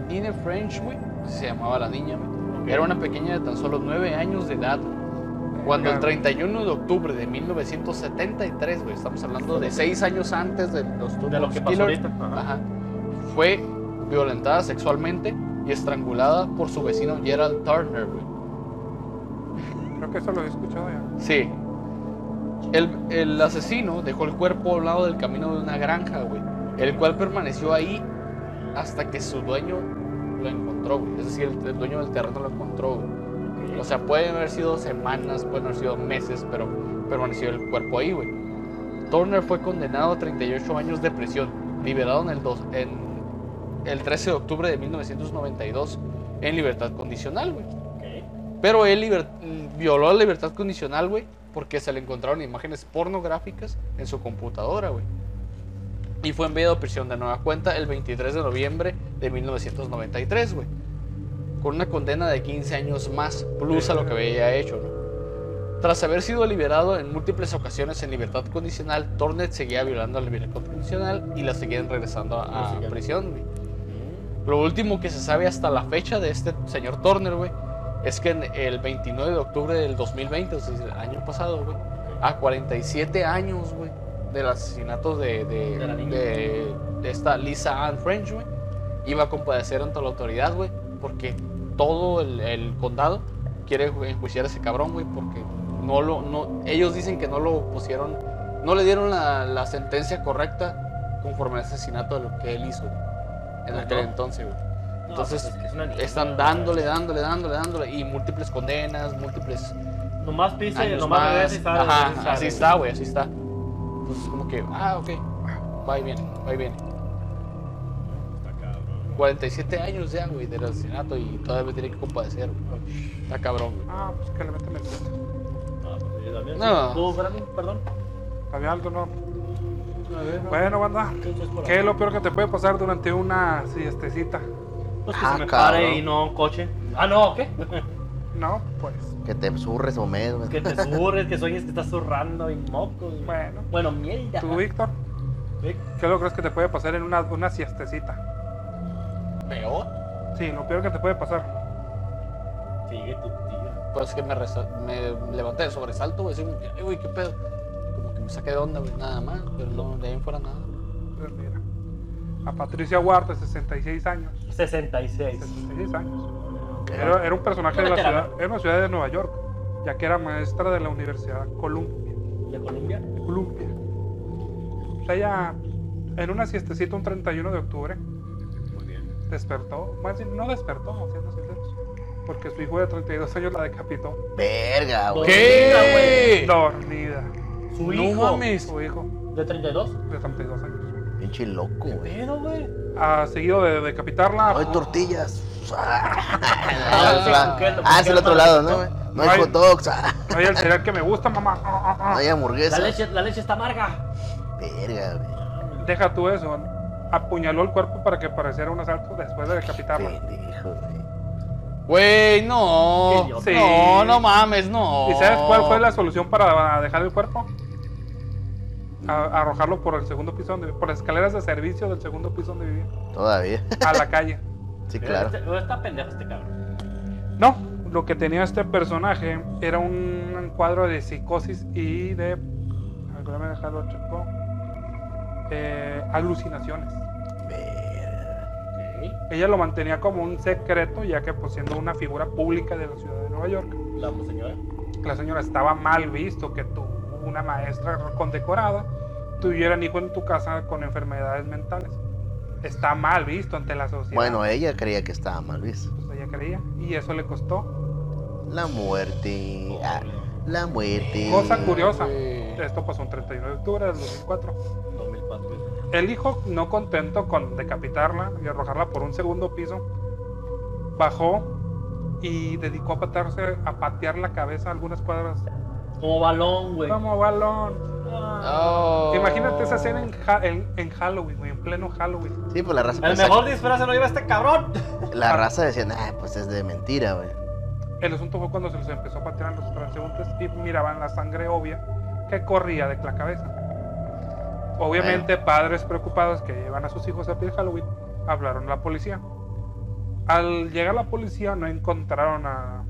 [SPEAKER 1] Nina French, güey, se llamaba la niña, güey.
[SPEAKER 2] ok.
[SPEAKER 1] Era una pequeña de tan solo 9 años de edad. Cuando el
[SPEAKER 4] Claro.
[SPEAKER 1] 31 de octubre de 1973, güey, estamos hablando de 6 años antes de los
[SPEAKER 2] De lo
[SPEAKER 1] Tupac
[SPEAKER 2] que pasó
[SPEAKER 1] Killers,
[SPEAKER 2] ahorita. Ajá.
[SPEAKER 1] Ajá. Fue violentada sexualmente y estrangulada por su vecino Gerald Turner, güey.
[SPEAKER 4] creo que eso lo he escuchado ya.
[SPEAKER 1] Sí. El, el asesino dejó el cuerpo a un lado del camino de una granja, güey. El cual permaneció ahí hasta que su dueño lo encontró, güey. Es decir, el, el dueño del terreno lo encontró, güey.
[SPEAKER 2] Ok.
[SPEAKER 1] O sea, pueden haber sido semanas, pueden haber sido meses, pero permaneció el cuerpo ahí, güey. Turner fue condenado a 38 años de prisión, liberado en el, dos- en el 13 de octubre de 1992 en libertad condicional, güey.
[SPEAKER 2] Ok.
[SPEAKER 1] Pero él liber- mm, violó la libertad condicional, güey, porque se le encontraron imágenes pornográficas en su computadora, güey. Y fue enviado a prisión de nueva cuenta el 23 de noviembre de 1993, güey. Con una condena de 15 años más, plus a lo que había hecho, ¿no? Tras haber sido liberado en múltiples ocasiones en libertad condicional, Tornet seguía violando la libertad condicional y la seguían regresando a, a
[SPEAKER 2] Así que-
[SPEAKER 1] prisión, güey. Lo último que se sabe hasta la fecha de este señor Turner, güey, es que en el 29 de octubre del 2020, o sea, el año pasado, güey, a 47 años, güey, del asesinato de, de,
[SPEAKER 2] De la niña.
[SPEAKER 1] de- de esta Lisa Ann French, güey, iba a compadecer ante la autoridad, güey, porque todo el, el condado quiere enjuiciar a ese cabrón, güey, porque no lo, no, ellos dicen que no lo pusieron, no le dieron la, la sentencia correcta conforme al asesinato de lo que él hizo güey, en aquel
[SPEAKER 2] Ajá.
[SPEAKER 1] entonces, güey. Entonces,
[SPEAKER 2] pues es que es una niña.
[SPEAKER 1] están dándole, dándole, dándole, dándole. Y múltiples condenas, múltiples
[SPEAKER 2] Nomás pise,
[SPEAKER 1] años
[SPEAKER 2] nomás regresa
[SPEAKER 1] más.
[SPEAKER 2] y sale,
[SPEAKER 1] Ajá,
[SPEAKER 2] regresa y
[SPEAKER 1] así
[SPEAKER 2] sale.
[SPEAKER 1] está, güey, así está. Entonces, como que, ah, ok, va y viene, va y viene.
[SPEAKER 5] Está cabrón.
[SPEAKER 1] 47 años ya, güey, del asesinato y todavía tiene que compadecer, güey. Está cabrón, güey.
[SPEAKER 4] Ah, pues que le metan el cuento.
[SPEAKER 2] Ah, pues, yo también.
[SPEAKER 1] No.
[SPEAKER 2] ¿Tú, Brandon? Perdón.
[SPEAKER 4] Había algo, ¿no?
[SPEAKER 2] A ver,
[SPEAKER 4] Bueno, banda. ¿Qué es lo peor que te puede pasar durante una este, siestecita?
[SPEAKER 2] Pues que
[SPEAKER 3] Ah,
[SPEAKER 2] se me
[SPEAKER 3] cabrón.
[SPEAKER 2] pare y no un coche. Ah, no, ¿qué?
[SPEAKER 4] No, pues.
[SPEAKER 3] Que te zurres o medio, güey.
[SPEAKER 2] que te surres, que sueñes que estás zurrando y mocos. güey.
[SPEAKER 4] Bueno.
[SPEAKER 2] Bueno, mierda.
[SPEAKER 4] ¿Tú, Víctor?
[SPEAKER 2] Vic.
[SPEAKER 4] ¿Qué es lo que crees que te puede pasar en una, una siestecita?
[SPEAKER 1] Peor.
[SPEAKER 4] Sí, lo peor que te puede pasar.
[SPEAKER 2] Sigue tu tío.
[SPEAKER 1] Pues que me, resa- me levanté de sobresalto, güey, así como que, "Ay, güey, qué pedo. Como que me saqué de onda, güey, nada más, pero no, de ahí en fuera nada.
[SPEAKER 4] Pues mira. A Patricia Ward, de 66 años.
[SPEAKER 2] 66.
[SPEAKER 4] 66 años. Era, era un personaje de la ciudad, era una ciudad de Nueva York, ya que era maestra de la Universidad Columbia.
[SPEAKER 2] ¿De Colombia?
[SPEAKER 4] Columbia. O sea, ella en una siestecita un 31 de octubre
[SPEAKER 5] Muy bien.
[SPEAKER 4] despertó, más bien no despertó, siendo sinceros, porque su hijo de 32 años la decapitó
[SPEAKER 3] Verga, güey.
[SPEAKER 2] ¿Qué?
[SPEAKER 4] dormida,
[SPEAKER 2] Su
[SPEAKER 1] No
[SPEAKER 2] hijo.
[SPEAKER 1] mames.
[SPEAKER 4] su hijo
[SPEAKER 2] ¿De 32?
[SPEAKER 4] de 32 años.
[SPEAKER 3] Pinche loco, güey.
[SPEAKER 2] Pero, güey.
[SPEAKER 4] Ha seguido de decapitarla,
[SPEAKER 3] No hay tortillas.
[SPEAKER 2] Ah,
[SPEAKER 3] Ah,
[SPEAKER 2] sí,
[SPEAKER 3] ah, es el otro lado, ¿no, güey? No hay
[SPEAKER 4] Ay.
[SPEAKER 3] hot dogs. ah,
[SPEAKER 4] oye, el cereal que me gusta, mamá. Ah, ah, ah.
[SPEAKER 3] No hay
[SPEAKER 2] La
[SPEAKER 3] hamburguesas.
[SPEAKER 2] leche, la leche está amarga.
[SPEAKER 3] Verga, güey.
[SPEAKER 4] Deja tú eso. Apuñaló el cuerpo para que pareciera un asalto después de decapitarla.
[SPEAKER 3] Pendejo, güey.
[SPEAKER 1] Güey, no.
[SPEAKER 2] Qué idiota.
[SPEAKER 1] No, no mames, no.
[SPEAKER 4] ¿Y sabes cuál
[SPEAKER 1] Oh.
[SPEAKER 4] fue la solución para dejar el cuerpo? A- arrojarlo por el segundo piso, donde, por las escaleras de servicio del segundo piso donde vivía,
[SPEAKER 3] Todavía.
[SPEAKER 4] a la calle.
[SPEAKER 3] Sí,
[SPEAKER 2] Pero
[SPEAKER 3] claro.
[SPEAKER 2] Este, pero está pendejo este cabrón.
[SPEAKER 4] No, lo que tenía este personaje era un cuadro de psicosis y de. a ver, déjame dejarlo checo. Eh, alucinaciones.
[SPEAKER 3] Verga.
[SPEAKER 2] Ok.
[SPEAKER 4] Ella lo mantenía como un secreto, ya que pues siendo una figura pública de la ciudad de Nueva York,
[SPEAKER 2] La señora.
[SPEAKER 4] la señora estaba mal visto que tú, una maestra condecorada, tuviera un hijo en tu casa con enfermedades mentales. Está mal visto ante la sociedad.
[SPEAKER 3] Bueno, eh. ella creía que estaba mal visto.
[SPEAKER 4] Pues ella creía. Y eso le costó.
[SPEAKER 3] La muerte. ah, la muerte.
[SPEAKER 4] Cosa curiosa.
[SPEAKER 1] güey.
[SPEAKER 4] Esto pasó un 31 de octubre del 2004.
[SPEAKER 2] 2004.
[SPEAKER 4] El hijo, no contento con decapitarla y arrojarla por un segundo piso, bajó y dedicó a patearse, a patear la cabeza a algunas cuadras.
[SPEAKER 2] Como balón, güey.
[SPEAKER 4] Como balón.
[SPEAKER 2] Ah.
[SPEAKER 1] Oh.
[SPEAKER 4] Imagínate esa escena en, Ja- en- en Halloween, güey, en pleno Halloween.
[SPEAKER 3] Sí, pues la raza
[SPEAKER 2] El
[SPEAKER 3] pensaba-
[SPEAKER 2] mejor disfraz se lo lleva este cabrón.
[SPEAKER 3] La raza decía, ah, pues es de mentira, güey.
[SPEAKER 4] El asunto fue cuando se los empezó a patear a los transeúntes y miraban la sangre obvia que corría de la cabeza. Obviamente, padres preocupados que llevan a sus hijos a pedir Halloween hablaron a la policía. Al llegar la policía, no encontraron a,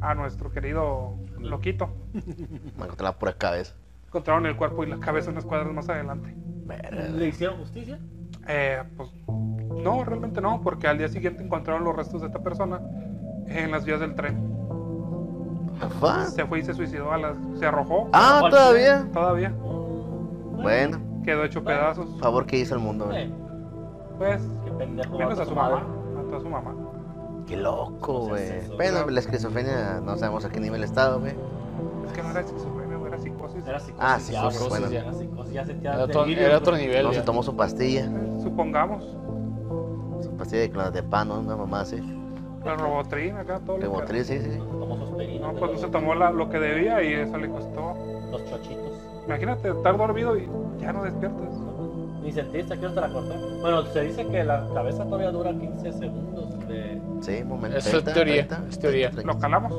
[SPEAKER 4] a nuestro querido Loquito.
[SPEAKER 3] Me encontré la pura cabeza.
[SPEAKER 4] Encontraron el cuerpo y la cabeza unas cuadras más adelante.
[SPEAKER 3] Verga.
[SPEAKER 2] ¿Le hicieron justicia?
[SPEAKER 4] Eh, pues no, realmente no, porque al día siguiente encontraron los restos de esta persona en las vías del tren.
[SPEAKER 3] What the fuck?
[SPEAKER 4] Se fue y se suicidó, a las, se arrojó
[SPEAKER 3] Ah,
[SPEAKER 2] ¿Cuál
[SPEAKER 3] todavía.
[SPEAKER 4] todavía.
[SPEAKER 3] Bueno,
[SPEAKER 4] Quedó hecho
[SPEAKER 2] Bueno.
[SPEAKER 4] pedazos.
[SPEAKER 3] favor que hizo el mundo, güey.
[SPEAKER 2] Eh,
[SPEAKER 4] Pues,
[SPEAKER 2] Qué pendejo.
[SPEAKER 4] menos
[SPEAKER 2] mató
[SPEAKER 4] a su mamá. Mató a su mamá.
[SPEAKER 3] Qué
[SPEAKER 1] Pues
[SPEAKER 3] loco,
[SPEAKER 2] No seas
[SPEAKER 3] güey.
[SPEAKER 2] eso,
[SPEAKER 3] Bueno,
[SPEAKER 4] güey.
[SPEAKER 3] la esquizofrenia no sabemos a qué nivel está, güey.
[SPEAKER 4] Es que no era esquizofrenia, güey, era psicosis.
[SPEAKER 2] Era psicosis.
[SPEAKER 3] Ah, sí,
[SPEAKER 2] ya,
[SPEAKER 3] sí,
[SPEAKER 2] güey,
[SPEAKER 3] bueno.
[SPEAKER 2] era psicosis, ya sentía
[SPEAKER 1] Era otro,
[SPEAKER 2] delirio,
[SPEAKER 1] era otro
[SPEAKER 2] güey.
[SPEAKER 1] nivel.
[SPEAKER 3] No se
[SPEAKER 1] ya.
[SPEAKER 3] tomó su pastilla.
[SPEAKER 4] Supongamos,
[SPEAKER 3] Su pastilla de clonazepam, ¿no? una mamá así.
[SPEAKER 4] el Robotrin acá, todo lo que-
[SPEAKER 3] Rebotril, sí, sí.
[SPEAKER 2] Tomó sus
[SPEAKER 4] No,
[SPEAKER 2] perinos,
[SPEAKER 4] pues no
[SPEAKER 2] pero
[SPEAKER 4] se tomó la- lo que debía y eso le costó.
[SPEAKER 2] Los chochitos.
[SPEAKER 4] Imagínate estar dormido y ya no despiertas.
[SPEAKER 2] Ni sentiste, ¿a qué hora te la cortó? Bueno, se dice que la cabeza todavía dura 15 segundos de...
[SPEAKER 3] Sí, momento.
[SPEAKER 1] Eso es teoría, es teoría.
[SPEAKER 4] Lo calamos.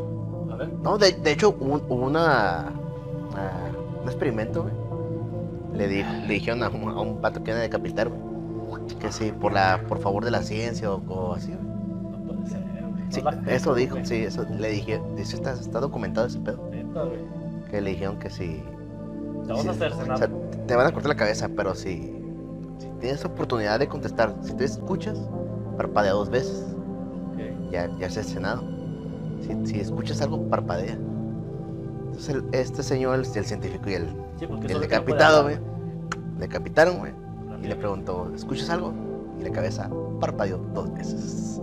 [SPEAKER 2] A ver.
[SPEAKER 3] No, de, de hecho, un, hubo una, ah, un experimento, güey. Le, di- le dijeron a un, a un vato que iban a decapitar, güey, Que sí, por, la, por favor de la ciencia o, o así, güey.
[SPEAKER 2] No puede ser, güey.
[SPEAKER 3] Sí,
[SPEAKER 2] No la-
[SPEAKER 3] eso dijo, sí, eso le dije. Dice, está, está documentado ese pedo.
[SPEAKER 2] Neta, güey.
[SPEAKER 3] Que le dijeron que si.
[SPEAKER 2] Te vas
[SPEAKER 3] si-
[SPEAKER 2] a hacer
[SPEAKER 3] o
[SPEAKER 2] cenar.
[SPEAKER 3] sea, te van a cortar la cabeza, pero si, si tienes oportunidad de contestar, si te escuchas, parpadea dos veces.
[SPEAKER 2] Ok.
[SPEAKER 3] ya, ya se ha cenado. Si, si escuchas algo, parpadea. Entonces el- este señor, el, el científico y el,
[SPEAKER 2] Sí, porque solo que
[SPEAKER 3] el
[SPEAKER 2] no puede
[SPEAKER 3] decapitado,
[SPEAKER 2] hablar,
[SPEAKER 3] güey, decapitaron, güey,
[SPEAKER 2] güey.
[SPEAKER 3] y le preguntó, ¿escuchas algo? y la cabeza parpadeó dos veces.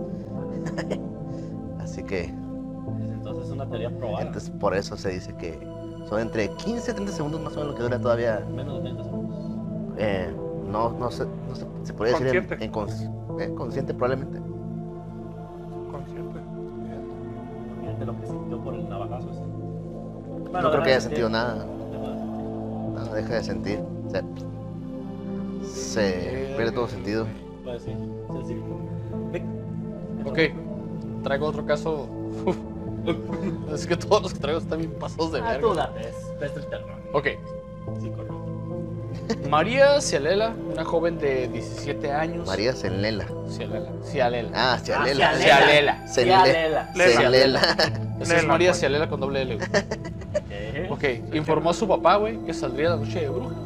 [SPEAKER 3] Así que,
[SPEAKER 2] Entonces es una teoría probada.
[SPEAKER 3] entonces por eso se dice que son entre 15 y 30 segundos más o menos lo que dura todavía.
[SPEAKER 2] Menos de 30 segundos.
[SPEAKER 3] eh, no, no sé, no sé, se podría decir en-
[SPEAKER 4] Consciente.
[SPEAKER 3] en cons- eh, consciente probablemente.
[SPEAKER 4] Consciente.
[SPEAKER 2] Imagínate lo que sintió por el navajazo ese.
[SPEAKER 3] no creo que haya sentido nada.
[SPEAKER 2] nada.
[SPEAKER 3] No, no deja de sentir. Se,
[SPEAKER 4] Eh.
[SPEAKER 3] se pierde todo sentido.
[SPEAKER 2] Pues sí, sencillo. Vic, ¿qué
[SPEAKER 1] Ok, traigo otro caso. es que todos los que traigo están bien pasados de
[SPEAKER 2] tal? Ah, tú
[SPEAKER 1] verga.
[SPEAKER 2] date, es ves el terror.
[SPEAKER 1] Ok,
[SPEAKER 2] Sí, correcto.
[SPEAKER 1] María Cialela, una joven de 17 años.
[SPEAKER 3] María Senlela.
[SPEAKER 1] Cialela. Cialela.
[SPEAKER 3] Ah, Cialela.
[SPEAKER 2] Ah,
[SPEAKER 1] Cialela.
[SPEAKER 3] Senle-
[SPEAKER 2] Cialela.
[SPEAKER 3] Senlela.
[SPEAKER 1] Esa es
[SPEAKER 4] Lela,
[SPEAKER 1] María
[SPEAKER 4] pues.
[SPEAKER 1] Cialela con doble L.
[SPEAKER 2] ¿Qué?
[SPEAKER 1] Ok, informó a su papá, güey, que saldría la noche de brujas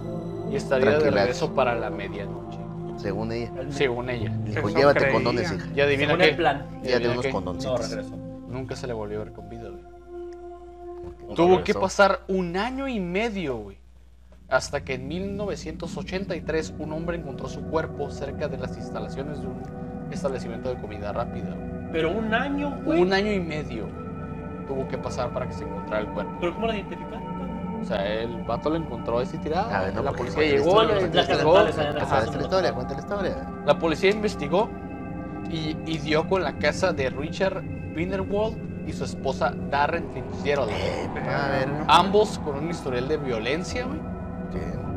[SPEAKER 1] y estaría de
[SPEAKER 3] Tranquilax.
[SPEAKER 1] regreso para la medianoche,
[SPEAKER 3] Según ella.
[SPEAKER 2] El-
[SPEAKER 1] según ella.
[SPEAKER 3] Dijo,
[SPEAKER 4] Eso
[SPEAKER 3] llévate
[SPEAKER 4] creía.
[SPEAKER 3] condones, hija.
[SPEAKER 1] Y adivina
[SPEAKER 2] según el
[SPEAKER 1] que
[SPEAKER 2] plan.
[SPEAKER 1] Adivina
[SPEAKER 3] Llévate unos
[SPEAKER 1] qué.
[SPEAKER 2] No,
[SPEAKER 3] condoncitos.
[SPEAKER 2] regreso.
[SPEAKER 1] nunca se le volvió a ver con vida, güey.
[SPEAKER 3] Un
[SPEAKER 1] Tuvo que
[SPEAKER 3] regreso.
[SPEAKER 1] pasar un año y medio, güey. Hasta que en 1983 un hombre encontró su cuerpo cerca de las instalaciones de un establecimiento de comida rápida. güey.
[SPEAKER 2] Pero un año, güey.
[SPEAKER 1] Un año y medio güey, tuvo que pasar para que se encontrara el cuerpo.
[SPEAKER 2] ¿Pero cómo la identificaron?
[SPEAKER 1] O sea, el vato lo encontró así
[SPEAKER 3] A
[SPEAKER 1] tirado.
[SPEAKER 3] ver, Ah, no,
[SPEAKER 1] la
[SPEAKER 3] porque
[SPEAKER 1] policía
[SPEAKER 3] cuenta la
[SPEAKER 1] llegó,
[SPEAKER 3] historia,
[SPEAKER 1] lo
[SPEAKER 3] cuenta la
[SPEAKER 1] investigó.
[SPEAKER 2] historia.
[SPEAKER 3] Ah,
[SPEAKER 2] Ajá.
[SPEAKER 3] esa es la historia, cuenta la historia.
[SPEAKER 1] La policía investigó y, y dio con la casa de Richard Binerwald y su esposa Darren Fitzgerald.
[SPEAKER 3] Eh, a ver.
[SPEAKER 1] Ambos con un historial de violencia, güey.
[SPEAKER 4] Ah.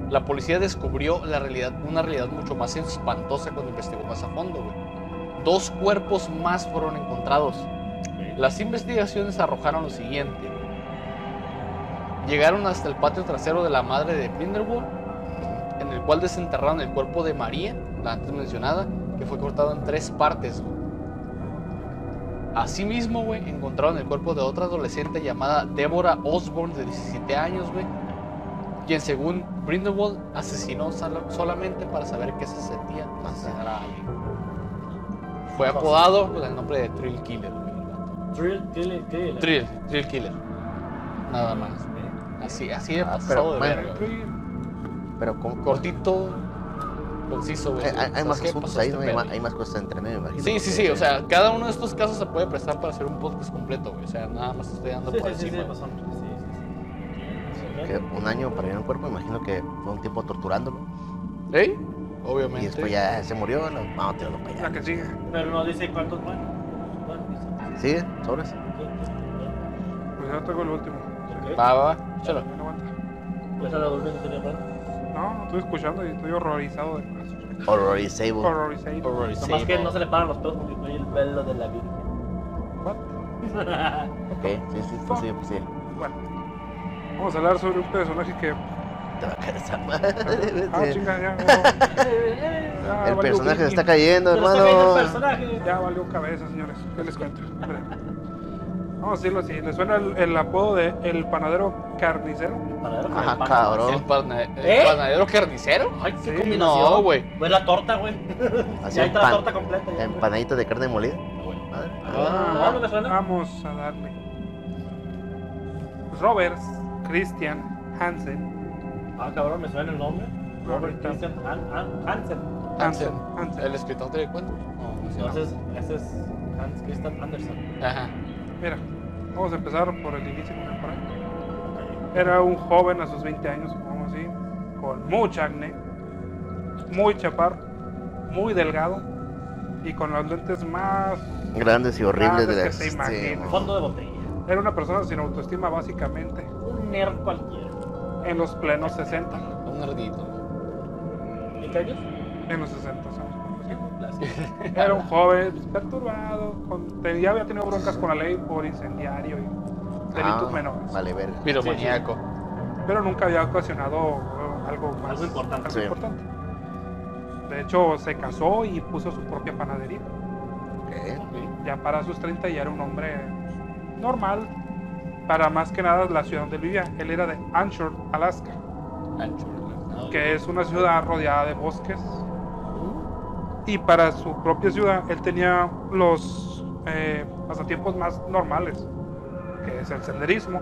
[SPEAKER 3] ok.
[SPEAKER 1] La policía descubrió la realidad, una realidad mucho más espantosa cuando investigó más a fondo, güey. Dos cuerpos más fueron encontrados. Las investigaciones arrojaron lo siguiente. Llegaron hasta el patio trasero de la madre de Pinderwood, en el cual desenterraron el cuerpo de María, la antes mencionada, que fue cortado en tres partes. güey. Asimismo, güey, encontraron el cuerpo de otra adolescente llamada Débora Osborne, de 17 años, güey, quien según Grindelwald asesinó solo- solamente para saber qué se sentía al asesinar a alguien. Fue apodado con el nombre de Thrill Killer. güey, el vato.
[SPEAKER 2] Drill, drill, drill.
[SPEAKER 1] Thrill, Thrill Killer. Nada más. Así, así de
[SPEAKER 3] Ah,
[SPEAKER 1] pasado de
[SPEAKER 3] pero, bueno,
[SPEAKER 1] verga. güey.
[SPEAKER 3] Pero con.
[SPEAKER 1] Cortito, conciso, güey.
[SPEAKER 3] Eh, hay, hay
[SPEAKER 1] ¿Sabes
[SPEAKER 3] más
[SPEAKER 1] qué
[SPEAKER 3] asuntos
[SPEAKER 1] pasó
[SPEAKER 3] ahí,
[SPEAKER 1] este
[SPEAKER 3] ¿no? hay,
[SPEAKER 1] pedo?
[SPEAKER 3] más, hay más cosas entre medio, me imagino.
[SPEAKER 1] Sí, sí, sí. O sea, cada uno de estos casos se puede prestar para hacer un podcast completo, güey. O sea, nada más estoy dando
[SPEAKER 2] Sí,
[SPEAKER 1] por
[SPEAKER 2] sí, sí,
[SPEAKER 1] encima.
[SPEAKER 2] sí, pasó. Sí, sí, sí.
[SPEAKER 3] Que un año para ir al cuerpo, me imagino que fue un tiempo torturándolo.
[SPEAKER 1] ¿Eh?
[SPEAKER 3] Y
[SPEAKER 1] Obviamente.
[SPEAKER 3] después ya se murió, lo- vamos a tirarlo para
[SPEAKER 4] La
[SPEAKER 3] allá.
[SPEAKER 4] que sigue.
[SPEAKER 2] Pero no dice cuántos van. Bueno, dice.
[SPEAKER 3] ¿Sigue? ¿Sobres?
[SPEAKER 4] Pues yo traigo el último.
[SPEAKER 2] Ok.
[SPEAKER 1] Va, va, va. Échalo.
[SPEAKER 4] No, aguanta.
[SPEAKER 2] Pues a la dos veces tenía plan.
[SPEAKER 4] no, estoy escuchando y estoy horrorizado de más.
[SPEAKER 3] Horrorizable.
[SPEAKER 4] Horrorizado.
[SPEAKER 1] Horrorizado.
[SPEAKER 2] Nomás que no se le paran los pelos porque incluye el velo de la virgen.
[SPEAKER 4] What?
[SPEAKER 3] Ok, sí, sí, sí, sí, pues sí.
[SPEAKER 4] Bueno, vamos a hablar sobre un personaje que.
[SPEAKER 3] Te va a caer esa madre.
[SPEAKER 4] Ah,
[SPEAKER 3] sí.
[SPEAKER 4] chinga, ya. no. Ya
[SPEAKER 3] Eh, El
[SPEAKER 4] valió
[SPEAKER 3] personaje se
[SPEAKER 4] pipín.
[SPEAKER 3] está cayendo,
[SPEAKER 2] Pero está cayendo el
[SPEAKER 3] hermano.
[SPEAKER 2] personaje.
[SPEAKER 4] Ya valió cabeza, señores. ¿Qué les cuento? Hombre. Vamos a decirlo así. ¿Les suena el, el apodo de el panadero carnicero?
[SPEAKER 2] Panadero con
[SPEAKER 3] Ajá,
[SPEAKER 2] el pan.
[SPEAKER 1] ¿El,
[SPEAKER 3] cabrón.
[SPEAKER 1] pana- el
[SPEAKER 2] ¿Eh?
[SPEAKER 1] panadero carnicero?
[SPEAKER 2] Ay, qué
[SPEAKER 4] Sí.
[SPEAKER 2] combinación.
[SPEAKER 1] No, güey.
[SPEAKER 2] Ve la torta, güey.
[SPEAKER 3] Así
[SPEAKER 2] Ya ahí
[SPEAKER 3] un
[SPEAKER 2] está la
[SPEAKER 3] pan-
[SPEAKER 2] torta completa. ya, güey.
[SPEAKER 3] Empanaditas de carne molida. Madre.
[SPEAKER 2] Ah, ¿no le suena?
[SPEAKER 4] Vamos a darle. Roberts, Christian, Hansen.
[SPEAKER 2] Ah, cabrón, me suena el nombre. Robert
[SPEAKER 4] Ahorita.
[SPEAKER 2] Christian Han- Han- Hansen.
[SPEAKER 1] Hansen.
[SPEAKER 4] Hansen.
[SPEAKER 1] ¿El escritor de cuentos? No, no sé.
[SPEAKER 2] Entonces, ese es Hans Christian Andersen.
[SPEAKER 1] Ajá.
[SPEAKER 4] Mira, vamos a empezar por el inicio. ¿no? Por ahí. Era un joven a sus 20 años, vamos así, con mucha acné, muy chaparro, muy delgado y con los lentes más.
[SPEAKER 3] Grandes y horribles de
[SPEAKER 4] Grandes Ah, que
[SPEAKER 3] las. este,
[SPEAKER 4] se imaginen.
[SPEAKER 3] sí,
[SPEAKER 2] Fondo de botella.
[SPEAKER 4] Era una persona sin autoestima, básicamente,
[SPEAKER 2] Un nerd cualquiera.
[SPEAKER 4] en los plenos 60.
[SPEAKER 1] Un nerdito.
[SPEAKER 2] ¿Y callos?
[SPEAKER 4] En los 60, somos.
[SPEAKER 2] Plástico.
[SPEAKER 4] Era un joven perturbado, con- te- ya había tenido broncas con la ley por incendiario y delitos
[SPEAKER 3] Ah,
[SPEAKER 4] menores.
[SPEAKER 3] Vale, verga.
[SPEAKER 1] Piromaníaco.
[SPEAKER 4] Pero nunca había ocasionado eh, algo más
[SPEAKER 2] Algo importante.
[SPEAKER 4] algo
[SPEAKER 3] Sí.
[SPEAKER 4] importante. De hecho, se casó y puso su propia panadería.
[SPEAKER 3] Ok.
[SPEAKER 4] Ya para sus 30 ya era un hombre normal, para más que nada la ciudad donde él vivía. Él era de Anchor, Alaska,
[SPEAKER 1] Ancho.
[SPEAKER 4] que es una ciudad rodeada de bosques. Y para su propia ciudad, él tenía los eh, pasatiempos más normales, que es el senderismo,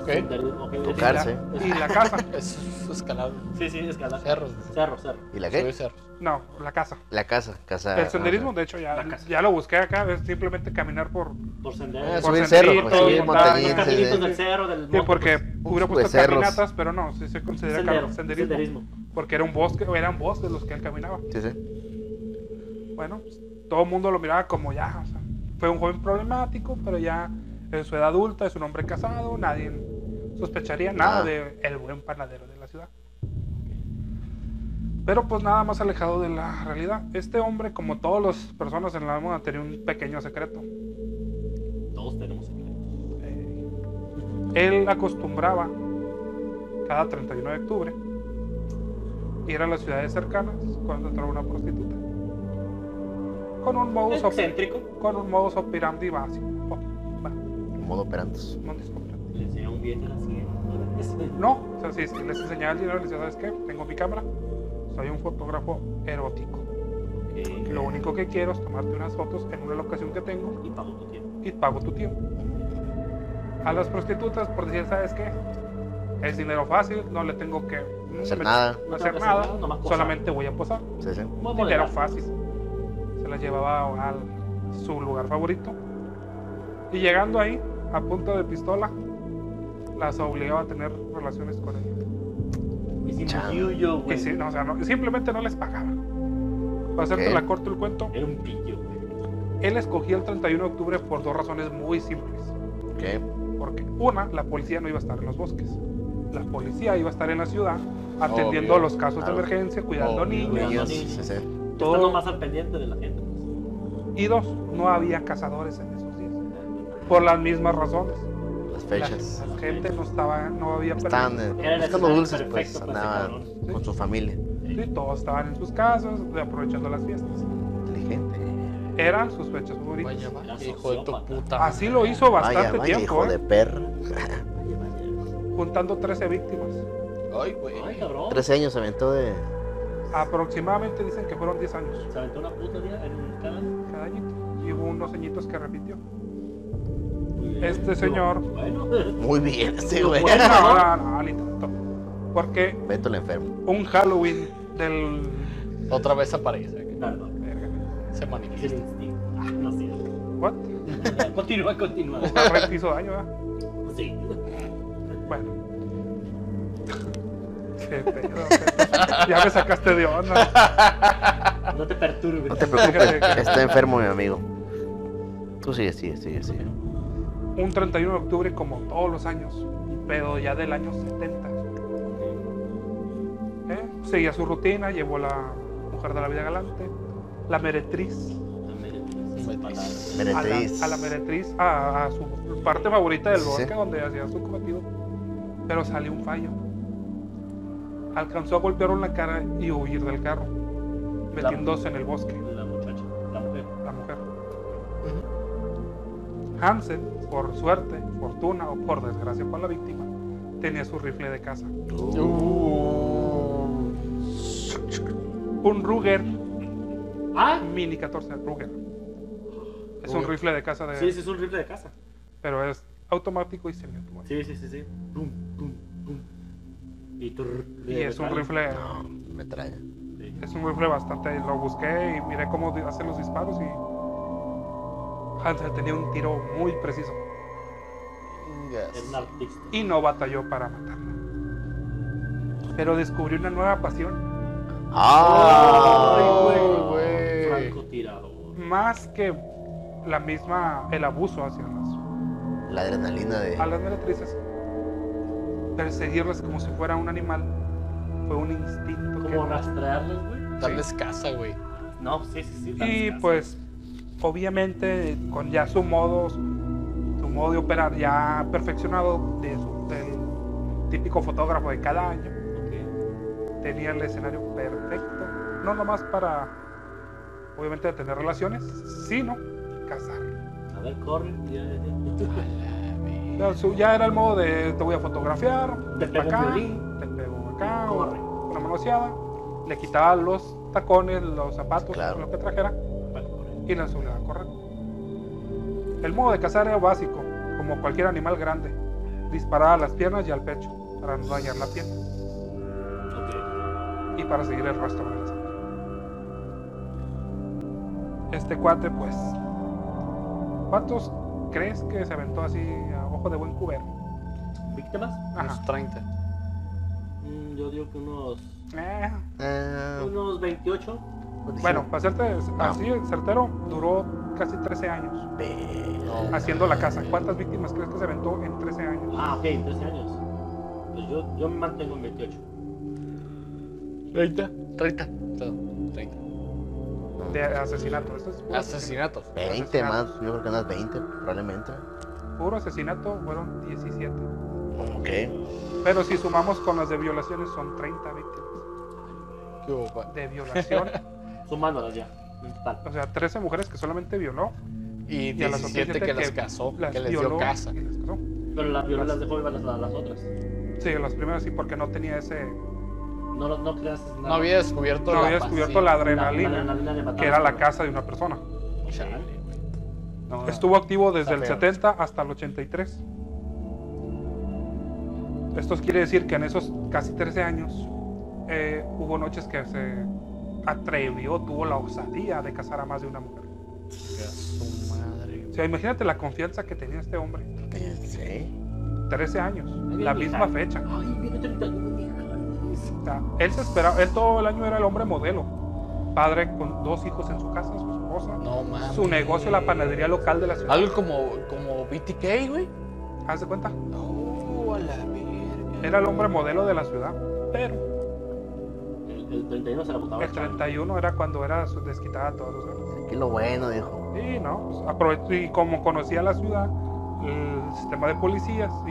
[SPEAKER 1] Ok.
[SPEAKER 3] Tocarse.
[SPEAKER 4] Y la casa.
[SPEAKER 1] Es escalable.
[SPEAKER 2] Sí, sí, escalar.
[SPEAKER 1] Cerros.
[SPEAKER 2] Cerro, cerro.
[SPEAKER 3] ¿Y la
[SPEAKER 1] Subir
[SPEAKER 3] qué?
[SPEAKER 1] cerros.
[SPEAKER 4] No, la casa.
[SPEAKER 3] La casa, casa.
[SPEAKER 4] El senderismo,
[SPEAKER 3] ah,
[SPEAKER 4] de hecho, ya,
[SPEAKER 2] La casa.
[SPEAKER 4] ya lo busqué acá. Es simplemente caminar por.
[SPEAKER 2] Por sendero.
[SPEAKER 3] Ah,
[SPEAKER 4] por
[SPEAKER 3] subir cerro,
[SPEAKER 4] senditos,
[SPEAKER 3] pues, subir
[SPEAKER 4] montañas,
[SPEAKER 2] Los
[SPEAKER 3] montañitas,
[SPEAKER 2] caminitos
[SPEAKER 3] de-
[SPEAKER 2] del cerro, del
[SPEAKER 4] Sí,
[SPEAKER 2] monte,
[SPEAKER 4] porque
[SPEAKER 2] pues,
[SPEAKER 4] hubiera
[SPEAKER 3] pues,
[SPEAKER 4] puesto
[SPEAKER 3] cerros.
[SPEAKER 4] caminatas, pero no, sí se considera
[SPEAKER 2] sendero,
[SPEAKER 4] cam- senderismo,
[SPEAKER 2] senderismo.
[SPEAKER 4] Porque era un bosque, eran bosques los que él caminaba.
[SPEAKER 3] Sí, sí.
[SPEAKER 4] Bueno, pues, todo el mundo lo miraba como ya. o sea, fue un joven problemático, pero ya en su edad adulta, es un hombre casado, nadie sospecharía nada
[SPEAKER 3] Ah.
[SPEAKER 4] de el buen panadero de la ciudad. Pero pues nada más alejado de la realidad. Este hombre, como todas las personas en la moda, tenía un pequeño secreto.
[SPEAKER 2] Todos tenemos secretos.
[SPEAKER 4] Él acostumbraba cada 31 de octubre ir a las ciudades cercanas cuando entraba una prostituta. Con un modus, op-
[SPEAKER 2] Excéntrico.
[SPEAKER 4] con un modus operandi básico. Oh, bueno,
[SPEAKER 3] Modo operandos.
[SPEAKER 4] modus operandi.
[SPEAKER 2] Le enseña un billete a la siguiente.
[SPEAKER 4] No, o sea, si si les enseñaba el dinero, les decía, ¿sabes qué? Tengo mi cámara, soy un fotógrafo erótico.
[SPEAKER 2] Ok,
[SPEAKER 4] Lo único que quiero es tomarte unas fotos en una locación que tengo
[SPEAKER 2] Y pago tu tiempo.
[SPEAKER 4] y pago tu tiempo. A las prostitutas, por decir, ¿sabes qué? Es dinero fácil, no le tengo que
[SPEAKER 3] Hacer
[SPEAKER 4] me-
[SPEAKER 3] nada.
[SPEAKER 4] no
[SPEAKER 2] No tengo que
[SPEAKER 4] hacer
[SPEAKER 2] hacer
[SPEAKER 4] nada,
[SPEAKER 2] nada, nomás posar.
[SPEAKER 4] solamente voy a posar.
[SPEAKER 3] Sí, sí.
[SPEAKER 2] Muy
[SPEAKER 4] Dinero
[SPEAKER 2] moderado.
[SPEAKER 4] fácil. Se las llevaba a su lugar favorito. Y llegando ahí, a punto de pistola, las obligaba a tener relaciones con él.
[SPEAKER 2] Y sin
[SPEAKER 3] Chale.
[SPEAKER 2] yuyo,
[SPEAKER 4] Y
[SPEAKER 2] güey.
[SPEAKER 4] sí, no, o sea, no- simplemente no les pagaba. Para hacerte
[SPEAKER 3] Ok.
[SPEAKER 4] la corto el cuento,
[SPEAKER 2] Era un pillo, güey.
[SPEAKER 4] él escogía el 31 de octubre por dos razones muy simples.
[SPEAKER 3] Ok.
[SPEAKER 4] Porque una, la policía no iba a estar en los bosques. La policía iba a estar en la ciudad atendiendo
[SPEAKER 1] Obvio,
[SPEAKER 4] los casos
[SPEAKER 3] claro.
[SPEAKER 4] de emergencia, cuidando
[SPEAKER 1] Obvio,
[SPEAKER 4] niños.
[SPEAKER 2] Cuidando
[SPEAKER 3] Niños, sí,
[SPEAKER 2] niños.
[SPEAKER 3] sí.
[SPEAKER 4] Todo-
[SPEAKER 2] Estando más al pendiente de la gente. pues.
[SPEAKER 4] Y dos, no había cazadores en esos días. Por las mismas razones.
[SPEAKER 3] Las
[SPEAKER 4] La,
[SPEAKER 3] fechas.
[SPEAKER 4] la gente no estaba, no había
[SPEAKER 3] Estaban eh,
[SPEAKER 2] Era el
[SPEAKER 3] buscando
[SPEAKER 2] escenario
[SPEAKER 3] dulces, pues
[SPEAKER 2] perfecto para ese
[SPEAKER 3] andaban
[SPEAKER 2] cabrón.
[SPEAKER 4] Sí.
[SPEAKER 3] con su familia.
[SPEAKER 4] permiso, y todos estaban en sus casas, aprovechando las fiestas.
[SPEAKER 3] Inteligente.
[SPEAKER 4] Eran sus fechas favoritas.
[SPEAKER 1] Vaya, vaya,
[SPEAKER 2] Era
[SPEAKER 1] hijo de tu
[SPEAKER 2] sociópata.
[SPEAKER 1] puta.
[SPEAKER 4] Así lo hizo
[SPEAKER 3] Vaya,
[SPEAKER 4] bastante
[SPEAKER 3] vaya,
[SPEAKER 4] tiempo,
[SPEAKER 3] hijo de
[SPEAKER 4] ¿eh?
[SPEAKER 3] perra.
[SPEAKER 2] Vaya, vaya.
[SPEAKER 4] juntando 13 víctimas.
[SPEAKER 1] Ay, güey.
[SPEAKER 2] Ay, cabrón.
[SPEAKER 3] 13 años se aventó de.
[SPEAKER 4] Aproximadamente dicen que fueron 10 años
[SPEAKER 2] Se aventó una puta día en un canal.
[SPEAKER 4] cada añito. Y hubo unos añitos que repitió.
[SPEAKER 2] Muy bien.
[SPEAKER 4] Este
[SPEAKER 2] Digo,
[SPEAKER 4] señor-
[SPEAKER 2] Bueno.
[SPEAKER 3] Muy bien, este güey.
[SPEAKER 4] No, no, no, ni tanto. Porque
[SPEAKER 3] Beto el enfermo.
[SPEAKER 4] un Halloween del.
[SPEAKER 1] Otra vez aparece.
[SPEAKER 2] Perdón.
[SPEAKER 4] verga,
[SPEAKER 1] Se
[SPEAKER 2] Es el
[SPEAKER 1] manifiesta.
[SPEAKER 2] instinto. Ah, no es cierto.
[SPEAKER 4] ¿What?
[SPEAKER 2] Continúa, continúa.
[SPEAKER 4] La red hizo daño, ¿verdad?
[SPEAKER 2] Sí.
[SPEAKER 4] Bueno. Qué pedo, qué pedo. Ya me sacaste de onda.
[SPEAKER 2] No te perturbes.
[SPEAKER 3] No te preocupes, está enfermo, mi amigo. Tú sigue, sigue, sigue, sigue.
[SPEAKER 4] Un 31 de octubre, como todos los años, pero ya del año 70. ¿eh? Seguía su rutina, llevó la mujer de la vida galante, la meretriz,
[SPEAKER 2] Meretriz.
[SPEAKER 4] a la,
[SPEAKER 3] Meretriz.
[SPEAKER 4] a la meretriz, a, a su parte favorita del
[SPEAKER 3] Sí.
[SPEAKER 4] bosque donde hacía su cometido. Pero salió un fallo. Alcanzó a golpearlo en la cara y huir del carro, metiéndose en el bosque,
[SPEAKER 2] La muchacha, la mujer.
[SPEAKER 4] la mujer. Hansen, por suerte, fortuna o por desgracia para la víctima, tenía su rifle de caza. Un Ruger
[SPEAKER 2] Ah,
[SPEAKER 4] Mini 14, Ruger. Es un
[SPEAKER 1] Ruger.
[SPEAKER 4] rifle de caza de...
[SPEAKER 2] sí, ese es un rifle de casa.
[SPEAKER 4] Pero es automático y semiautomático.
[SPEAKER 2] Sí, sí, sí, sí. Pum, pum, pum. Y, turr, de
[SPEAKER 4] Y es un
[SPEAKER 2] metal.
[SPEAKER 4] rifle...
[SPEAKER 3] No, me trae.
[SPEAKER 2] Sí.
[SPEAKER 4] Es un rifle bastante. Lo busqué y miré cómo di- hacen los disparos y. Hansel tenía un tiro muy preciso
[SPEAKER 2] Es un artista.
[SPEAKER 4] y no batalló para matarla. Pero descubrió una nueva pasión.
[SPEAKER 3] ¡Ah!
[SPEAKER 4] Ay, Eh.
[SPEAKER 2] Francotirador.
[SPEAKER 4] Más que la misma. el abuso hacia las,
[SPEAKER 3] La adrenalina de.
[SPEAKER 4] a las meretrices. Perseguirlas como si fuera un animal fue un instinto. que-
[SPEAKER 2] ¿Cómo rastrearlos, güey?
[SPEAKER 1] Darles casa, güey.
[SPEAKER 2] No, sí, sí, sí.
[SPEAKER 4] Y
[SPEAKER 2] las
[SPEAKER 4] pues, obviamente, con ya su modo, su modo de operar ya perfeccionado de su- del típico fotógrafo de cada año,
[SPEAKER 2] casas. Ok.
[SPEAKER 4] tenía el escenario perfecto, no nomás para, obviamente, tener relaciones, sino casar.
[SPEAKER 2] A ver, corre. Ya, ya,
[SPEAKER 4] Ya, su- ya era el modo de te voy a fotografiar,
[SPEAKER 2] Te
[SPEAKER 4] pa'
[SPEAKER 2] pego un
[SPEAKER 4] acá,
[SPEAKER 2] violín.
[SPEAKER 4] te pego acá,
[SPEAKER 2] Corre.
[SPEAKER 4] una manoseada, le quitaba los tacones, los zapatos,
[SPEAKER 3] Claro.
[SPEAKER 4] lo que trajera,
[SPEAKER 2] ya. Corre.
[SPEAKER 4] y la subida a correr. El modo de cazar era básico, como cualquier animal grande. disparar a las piernas y al pecho para no dañar la piel
[SPEAKER 2] Ok.
[SPEAKER 4] y para seguir el rastro de la sangre. Este cuate, pues, ¿cuántos crees que se aventó así a ojo de buen cubero?
[SPEAKER 2] ¿Víctimas?
[SPEAKER 4] Ajá.
[SPEAKER 1] Unos 30.
[SPEAKER 2] Mm, yo digo que unos.
[SPEAKER 4] Eh,
[SPEAKER 3] Eh,
[SPEAKER 2] Unos 28.
[SPEAKER 3] pues
[SPEAKER 4] Bueno, para hacerte así, certero, duró casi 13 años
[SPEAKER 3] ve-
[SPEAKER 4] haciendo la casa. ¿Cuántas víctimas crees que se aventó en 13 años?
[SPEAKER 2] Ah, ok, 13 años. Pues yo, yo me mantengo en 28.
[SPEAKER 1] 30. 30. Perdón, 30.
[SPEAKER 4] De asesinato. Esto es puro,
[SPEAKER 1] Asesinatos.
[SPEAKER 3] 20 más, yo creo que unas 20, probablemente.
[SPEAKER 4] puro asesinato, fueron 17.
[SPEAKER 3] Ok.
[SPEAKER 4] Pero si sumamos con las de violaciones, son 30 víctimas
[SPEAKER 1] ¿Qué hubo, pa?
[SPEAKER 4] de violación.
[SPEAKER 2] Sumándolas ya, en total.
[SPEAKER 4] o sea, 13 mujeres que solamente violó,
[SPEAKER 1] Y
[SPEAKER 4] Y a las
[SPEAKER 1] 17 que,
[SPEAKER 4] otras
[SPEAKER 1] las
[SPEAKER 4] que
[SPEAKER 1] casó,
[SPEAKER 4] las
[SPEAKER 1] que les
[SPEAKER 4] violó
[SPEAKER 1] dio casa.
[SPEAKER 4] y las casó.
[SPEAKER 2] Pero las violas las dejó vivas las, las otras.
[SPEAKER 4] Sí, las primeras sí, porque no tenía ese.
[SPEAKER 2] No, lo- no creas nada.
[SPEAKER 1] No había descubierto
[SPEAKER 4] No
[SPEAKER 1] la
[SPEAKER 4] había descubierto
[SPEAKER 1] pasión.
[SPEAKER 4] la
[SPEAKER 2] La- la
[SPEAKER 4] adrenalina,
[SPEAKER 2] adrenalina de matar
[SPEAKER 4] que
[SPEAKER 2] a
[SPEAKER 4] era
[SPEAKER 2] los
[SPEAKER 4] la
[SPEAKER 2] hombres.
[SPEAKER 4] casa de una persona.
[SPEAKER 1] Chale, güey.
[SPEAKER 2] No,
[SPEAKER 4] Estuvo activo
[SPEAKER 1] Está
[SPEAKER 4] desde el
[SPEAKER 1] feo.
[SPEAKER 4] 70 hasta el 83. Esto quiere decir que en esos casi 13 años eh, hubo noches que se atrevió, tuvo la osadía de casar a más de una mujer.
[SPEAKER 1] Su madre.
[SPEAKER 4] O sea, imagínate la confianza que tenía este hombre.
[SPEAKER 3] Eh, Sí.
[SPEAKER 4] 13 años,
[SPEAKER 2] Ay,
[SPEAKER 4] la
[SPEAKER 2] mi
[SPEAKER 4] misma
[SPEAKER 2] hija.
[SPEAKER 4] fecha.
[SPEAKER 2] Ay, viene 31, hija.
[SPEAKER 4] O sea, él se esperaba, él todo el año era el hombre modelo. Padre con dos hijos en su casa, su esposa,
[SPEAKER 1] No mames.
[SPEAKER 4] su negocio, la panadería local de la ciudad.
[SPEAKER 1] Algo como, como BTK, güey.
[SPEAKER 4] ¿Haz de cuenta?
[SPEAKER 1] No, a la verga.
[SPEAKER 4] Era el hombre modelo de la ciudad. Pero
[SPEAKER 2] El, el 31 se la botaba.
[SPEAKER 4] el 31 era cuando era su- desquitada a todos los hombres.
[SPEAKER 3] Aquí lo bueno, dijo.
[SPEAKER 4] Y no, pues, aprovechó- y como conocía la ciudad, el sistema de policías y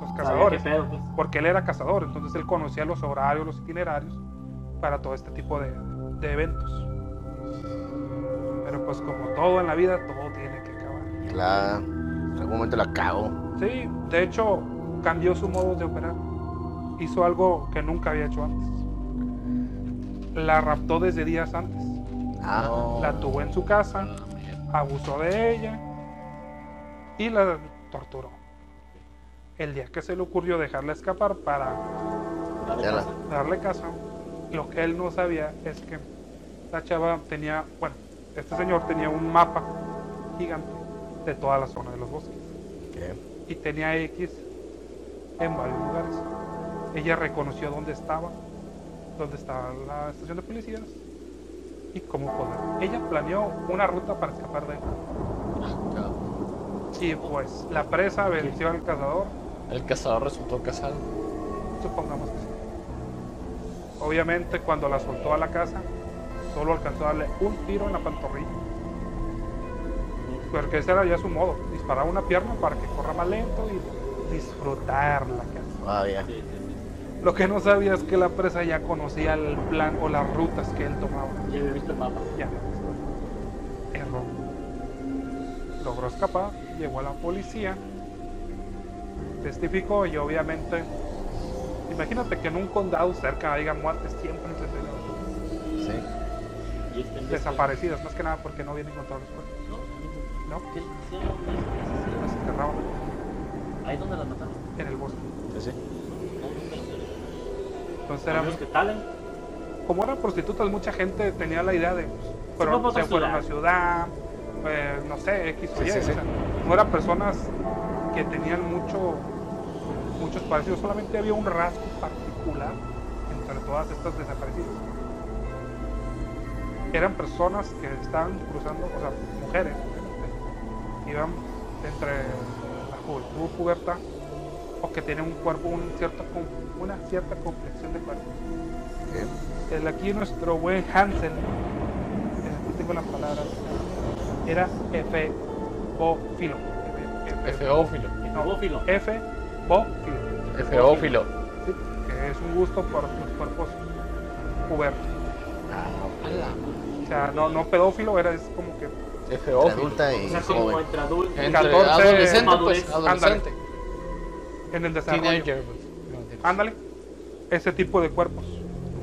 [SPEAKER 4] los
[SPEAKER 2] Cazadores.
[SPEAKER 4] cazadores.
[SPEAKER 2] ¿Qué pedo, pues?
[SPEAKER 4] porque él era cazador, entonces él conocía los horarios, los itinerarios para todo este tipo de, de eventos. Pero pues como todo en la vida, todo tiene que acabar.
[SPEAKER 3] La... En algún momento la cago.
[SPEAKER 4] Sí, de hecho cambió su modo de operar. Hizo algo que nunca había hecho antes. La raptó desde días antes.
[SPEAKER 3] Ah,
[SPEAKER 4] La tuvo en su
[SPEAKER 1] Ah,
[SPEAKER 4] casa, abusó de ella y la torturó. El día que se le ocurrió dejarla escapar para
[SPEAKER 2] La de
[SPEAKER 3] Ya la-
[SPEAKER 2] casa.
[SPEAKER 4] darle caso, lo que él no sabía es que la chava tenía, bueno, este señor tenía un mapa gigante de toda la zona de los bosques
[SPEAKER 3] ok.
[SPEAKER 4] y tenía X en varios lugares. Ella reconoció dónde estaba, dónde estaba la estación de policías y cómo poder. Ella planeó una ruta para escapar de él. Y pues la presa venció al cazador
[SPEAKER 1] El cazador resultó casado.
[SPEAKER 4] Supongamos que sí. Obviamente cuando la soltó a la casa, solo alcanzó a darle un tiro en la pantorrilla. Porque ese era ya su modo, disparar una pierna para que corra más lento y disfrutar la casa.
[SPEAKER 3] Ah, ya.
[SPEAKER 2] Sí, sí, sí.
[SPEAKER 4] Lo que no sabía es que la presa ya conocía el plan o las rutas que él tomaba.
[SPEAKER 2] Ya había visto el mapa.
[SPEAKER 4] Ya. Error. Logró escapar, llegó a la policía, testificó y obviamente, imagínate que en un condado cerca haya muertes siempre entre los
[SPEAKER 3] Sí.
[SPEAKER 2] Y este
[SPEAKER 4] desaparecidas, más que nada porque no habían encontrado los cuerpos,
[SPEAKER 2] No, no,
[SPEAKER 4] ¿no?
[SPEAKER 2] ¿qué- qué era?
[SPEAKER 4] Las enterraban
[SPEAKER 2] Ahí es donde las mataron.
[SPEAKER 4] en el bosque.
[SPEAKER 3] Sí, sí.
[SPEAKER 4] Entonces
[SPEAKER 2] Será
[SPEAKER 4] eran,
[SPEAKER 2] los que talen.
[SPEAKER 4] como eran prostitutas, mucha gente tenía la idea de, pues, fueron-
[SPEAKER 2] vamos a
[SPEAKER 4] se fueron a la ciudad, eh, no sé, X o Y. o sea, no eran personas que tenían mucho, muchos parecidos, solamente había un rasgo particular entre todas estas desaparecidas. Eran personas que estaban cruzando, o sea, mujeres, obviamente, iban entre la juventud, pubertad, o que tienen un cuerpo, un cierto, com- una cierta complexión de cuerpo. El aquí nuestro buen Hansen, el que tengo las palabras, era F. Bofilo.
[SPEAKER 1] Efeófilo.
[SPEAKER 4] No,
[SPEAKER 2] Bófilo.
[SPEAKER 4] F. Bofilo.
[SPEAKER 1] Efeófilo.
[SPEAKER 4] ¿sí? que es un gusto por los cuerpos pubertos. O sea, no, no pedófilo, era es como que
[SPEAKER 3] Entre
[SPEAKER 1] Efeófilo.
[SPEAKER 3] adulta y
[SPEAKER 2] O sea, como
[SPEAKER 3] joven.
[SPEAKER 2] entre adultos.
[SPEAKER 1] Entre
[SPEAKER 4] 14
[SPEAKER 1] adolescente,
[SPEAKER 2] madurez.
[SPEAKER 1] pues. Adolescente.
[SPEAKER 4] en el desarrollo.
[SPEAKER 1] Teenager, pues. No, mentira.
[SPEAKER 4] Ándale, ese tipo de cuerpos.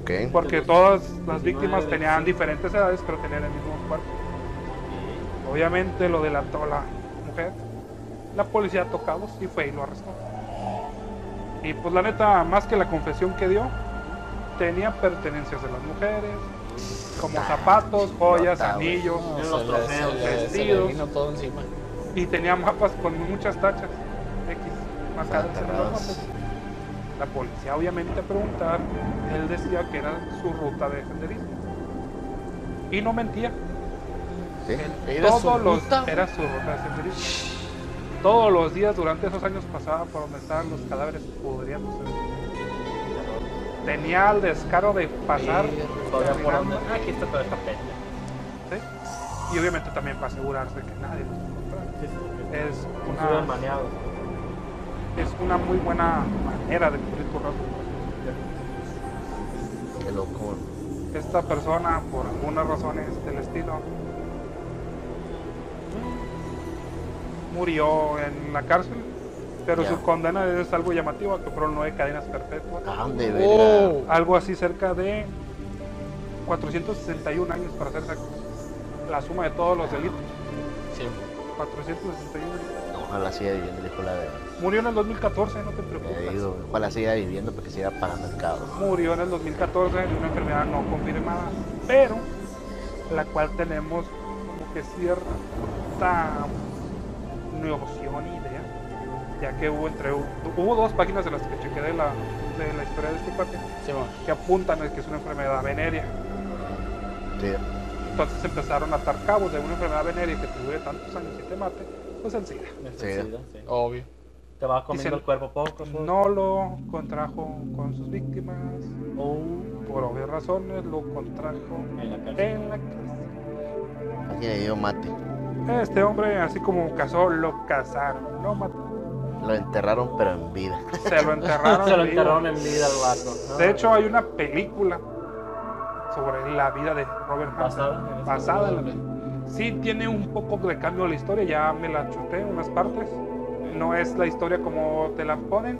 [SPEAKER 3] Ok.
[SPEAKER 4] Porque todas
[SPEAKER 2] 19,
[SPEAKER 4] las víctimas tenían
[SPEAKER 2] 25.
[SPEAKER 4] diferentes edades, pero tenían el mismo cuerpo. Obviamente lo delató la mujer. La policía tocó a dos y fue y lo arrestó. Y pues la neta, más que la confesión que dio, tenía pertenencias de las mujeres, como zapatos, joyas,
[SPEAKER 3] Nota, güey.
[SPEAKER 4] anillos,
[SPEAKER 2] Los
[SPEAKER 6] se le- se
[SPEAKER 2] trofeos,
[SPEAKER 6] le- se le
[SPEAKER 4] vestidos.
[SPEAKER 6] vino todo encima.
[SPEAKER 4] y tenía mapas con muchas tachas. X, marcadas en los
[SPEAKER 3] Aterrados.
[SPEAKER 4] mapas. La policía obviamente a preguntar, él decía que era su ruta de senderismo. Y no mentía,
[SPEAKER 3] ¿Sí?
[SPEAKER 6] Era su
[SPEAKER 4] todos los
[SPEAKER 6] ruta.
[SPEAKER 4] era su ruta de senderismo. Todos los días durante esos años pasaba por donde estaban los cadáveres pudriéndose. Tenía el descaro de pasar
[SPEAKER 2] Todavía por
[SPEAKER 4] caminando,
[SPEAKER 2] donde. Ah, aquí está toda esta pendeja.
[SPEAKER 4] ¿sí? y obviamente también para asegurarse que nadie los encontrara. Es
[SPEAKER 2] Estuvieron
[SPEAKER 4] una,
[SPEAKER 2] baneados.
[SPEAKER 4] es una muy buena manera de cubrir tu rato.
[SPEAKER 3] Qué loco.
[SPEAKER 4] Esta persona, por algunas razones del estilo, murió en la cárcel, pero
[SPEAKER 3] Ya.
[SPEAKER 4] su condena es algo llamativo, que fueron nueve cadenas perpetuas.
[SPEAKER 3] ¿A dónde
[SPEAKER 1] Oh.
[SPEAKER 4] algo así cerca de 461 años para ser exactos. La suma de todos los delitos.
[SPEAKER 6] Sí.
[SPEAKER 4] 461 años.
[SPEAKER 3] Ojalá siga viviendo, dijo la de.
[SPEAKER 4] Murió en el 2014, no te preocupes.
[SPEAKER 3] eh, digo, ojalá siga viviendo porque siga pagando el caos.
[SPEAKER 4] Murió en el 2014 de una enfermedad no confirmada, pero la cual tenemos como que cierta noción, idea, ya que hubo entre hubo dos páginas de las que chequé de la, de la historia de este cuate
[SPEAKER 6] Sí, mo.
[SPEAKER 4] que apuntan a que es una enfermedad venérea.
[SPEAKER 3] Sí.
[SPEAKER 4] Entonces empezaron a atar cabos de una enfermedad venérea que te dure tantos años y te mate, pues el SIDA.
[SPEAKER 2] Necesidad, sí.
[SPEAKER 1] Obvio.
[SPEAKER 2] Te va comiendo
[SPEAKER 4] Dicen-
[SPEAKER 2] el cuerpo poco.
[SPEAKER 4] No lo contrajo con sus víctimas,
[SPEAKER 2] Oh,
[SPEAKER 4] por obvias razones, lo contrajo
[SPEAKER 2] en la cárcel.
[SPEAKER 4] en la cárcel.
[SPEAKER 3] Aquí le dio mate.
[SPEAKER 4] Este hombre, así como cazó, lo cazaron, lo mataron,
[SPEAKER 3] Lo enterraron, pero en vida.
[SPEAKER 4] se lo enterraron.
[SPEAKER 2] Se lo
[SPEAKER 4] vivo.
[SPEAKER 2] enterraron en vida al barco. ¿no?
[SPEAKER 4] De hecho, hay una película sobre la vida de Robert Hansen.
[SPEAKER 2] Basada en ese-
[SPEAKER 4] basada en la vida. Sí tiene un poco de cambio la historia, ya me la chuté en unas partes. No es la historia como te la ponen,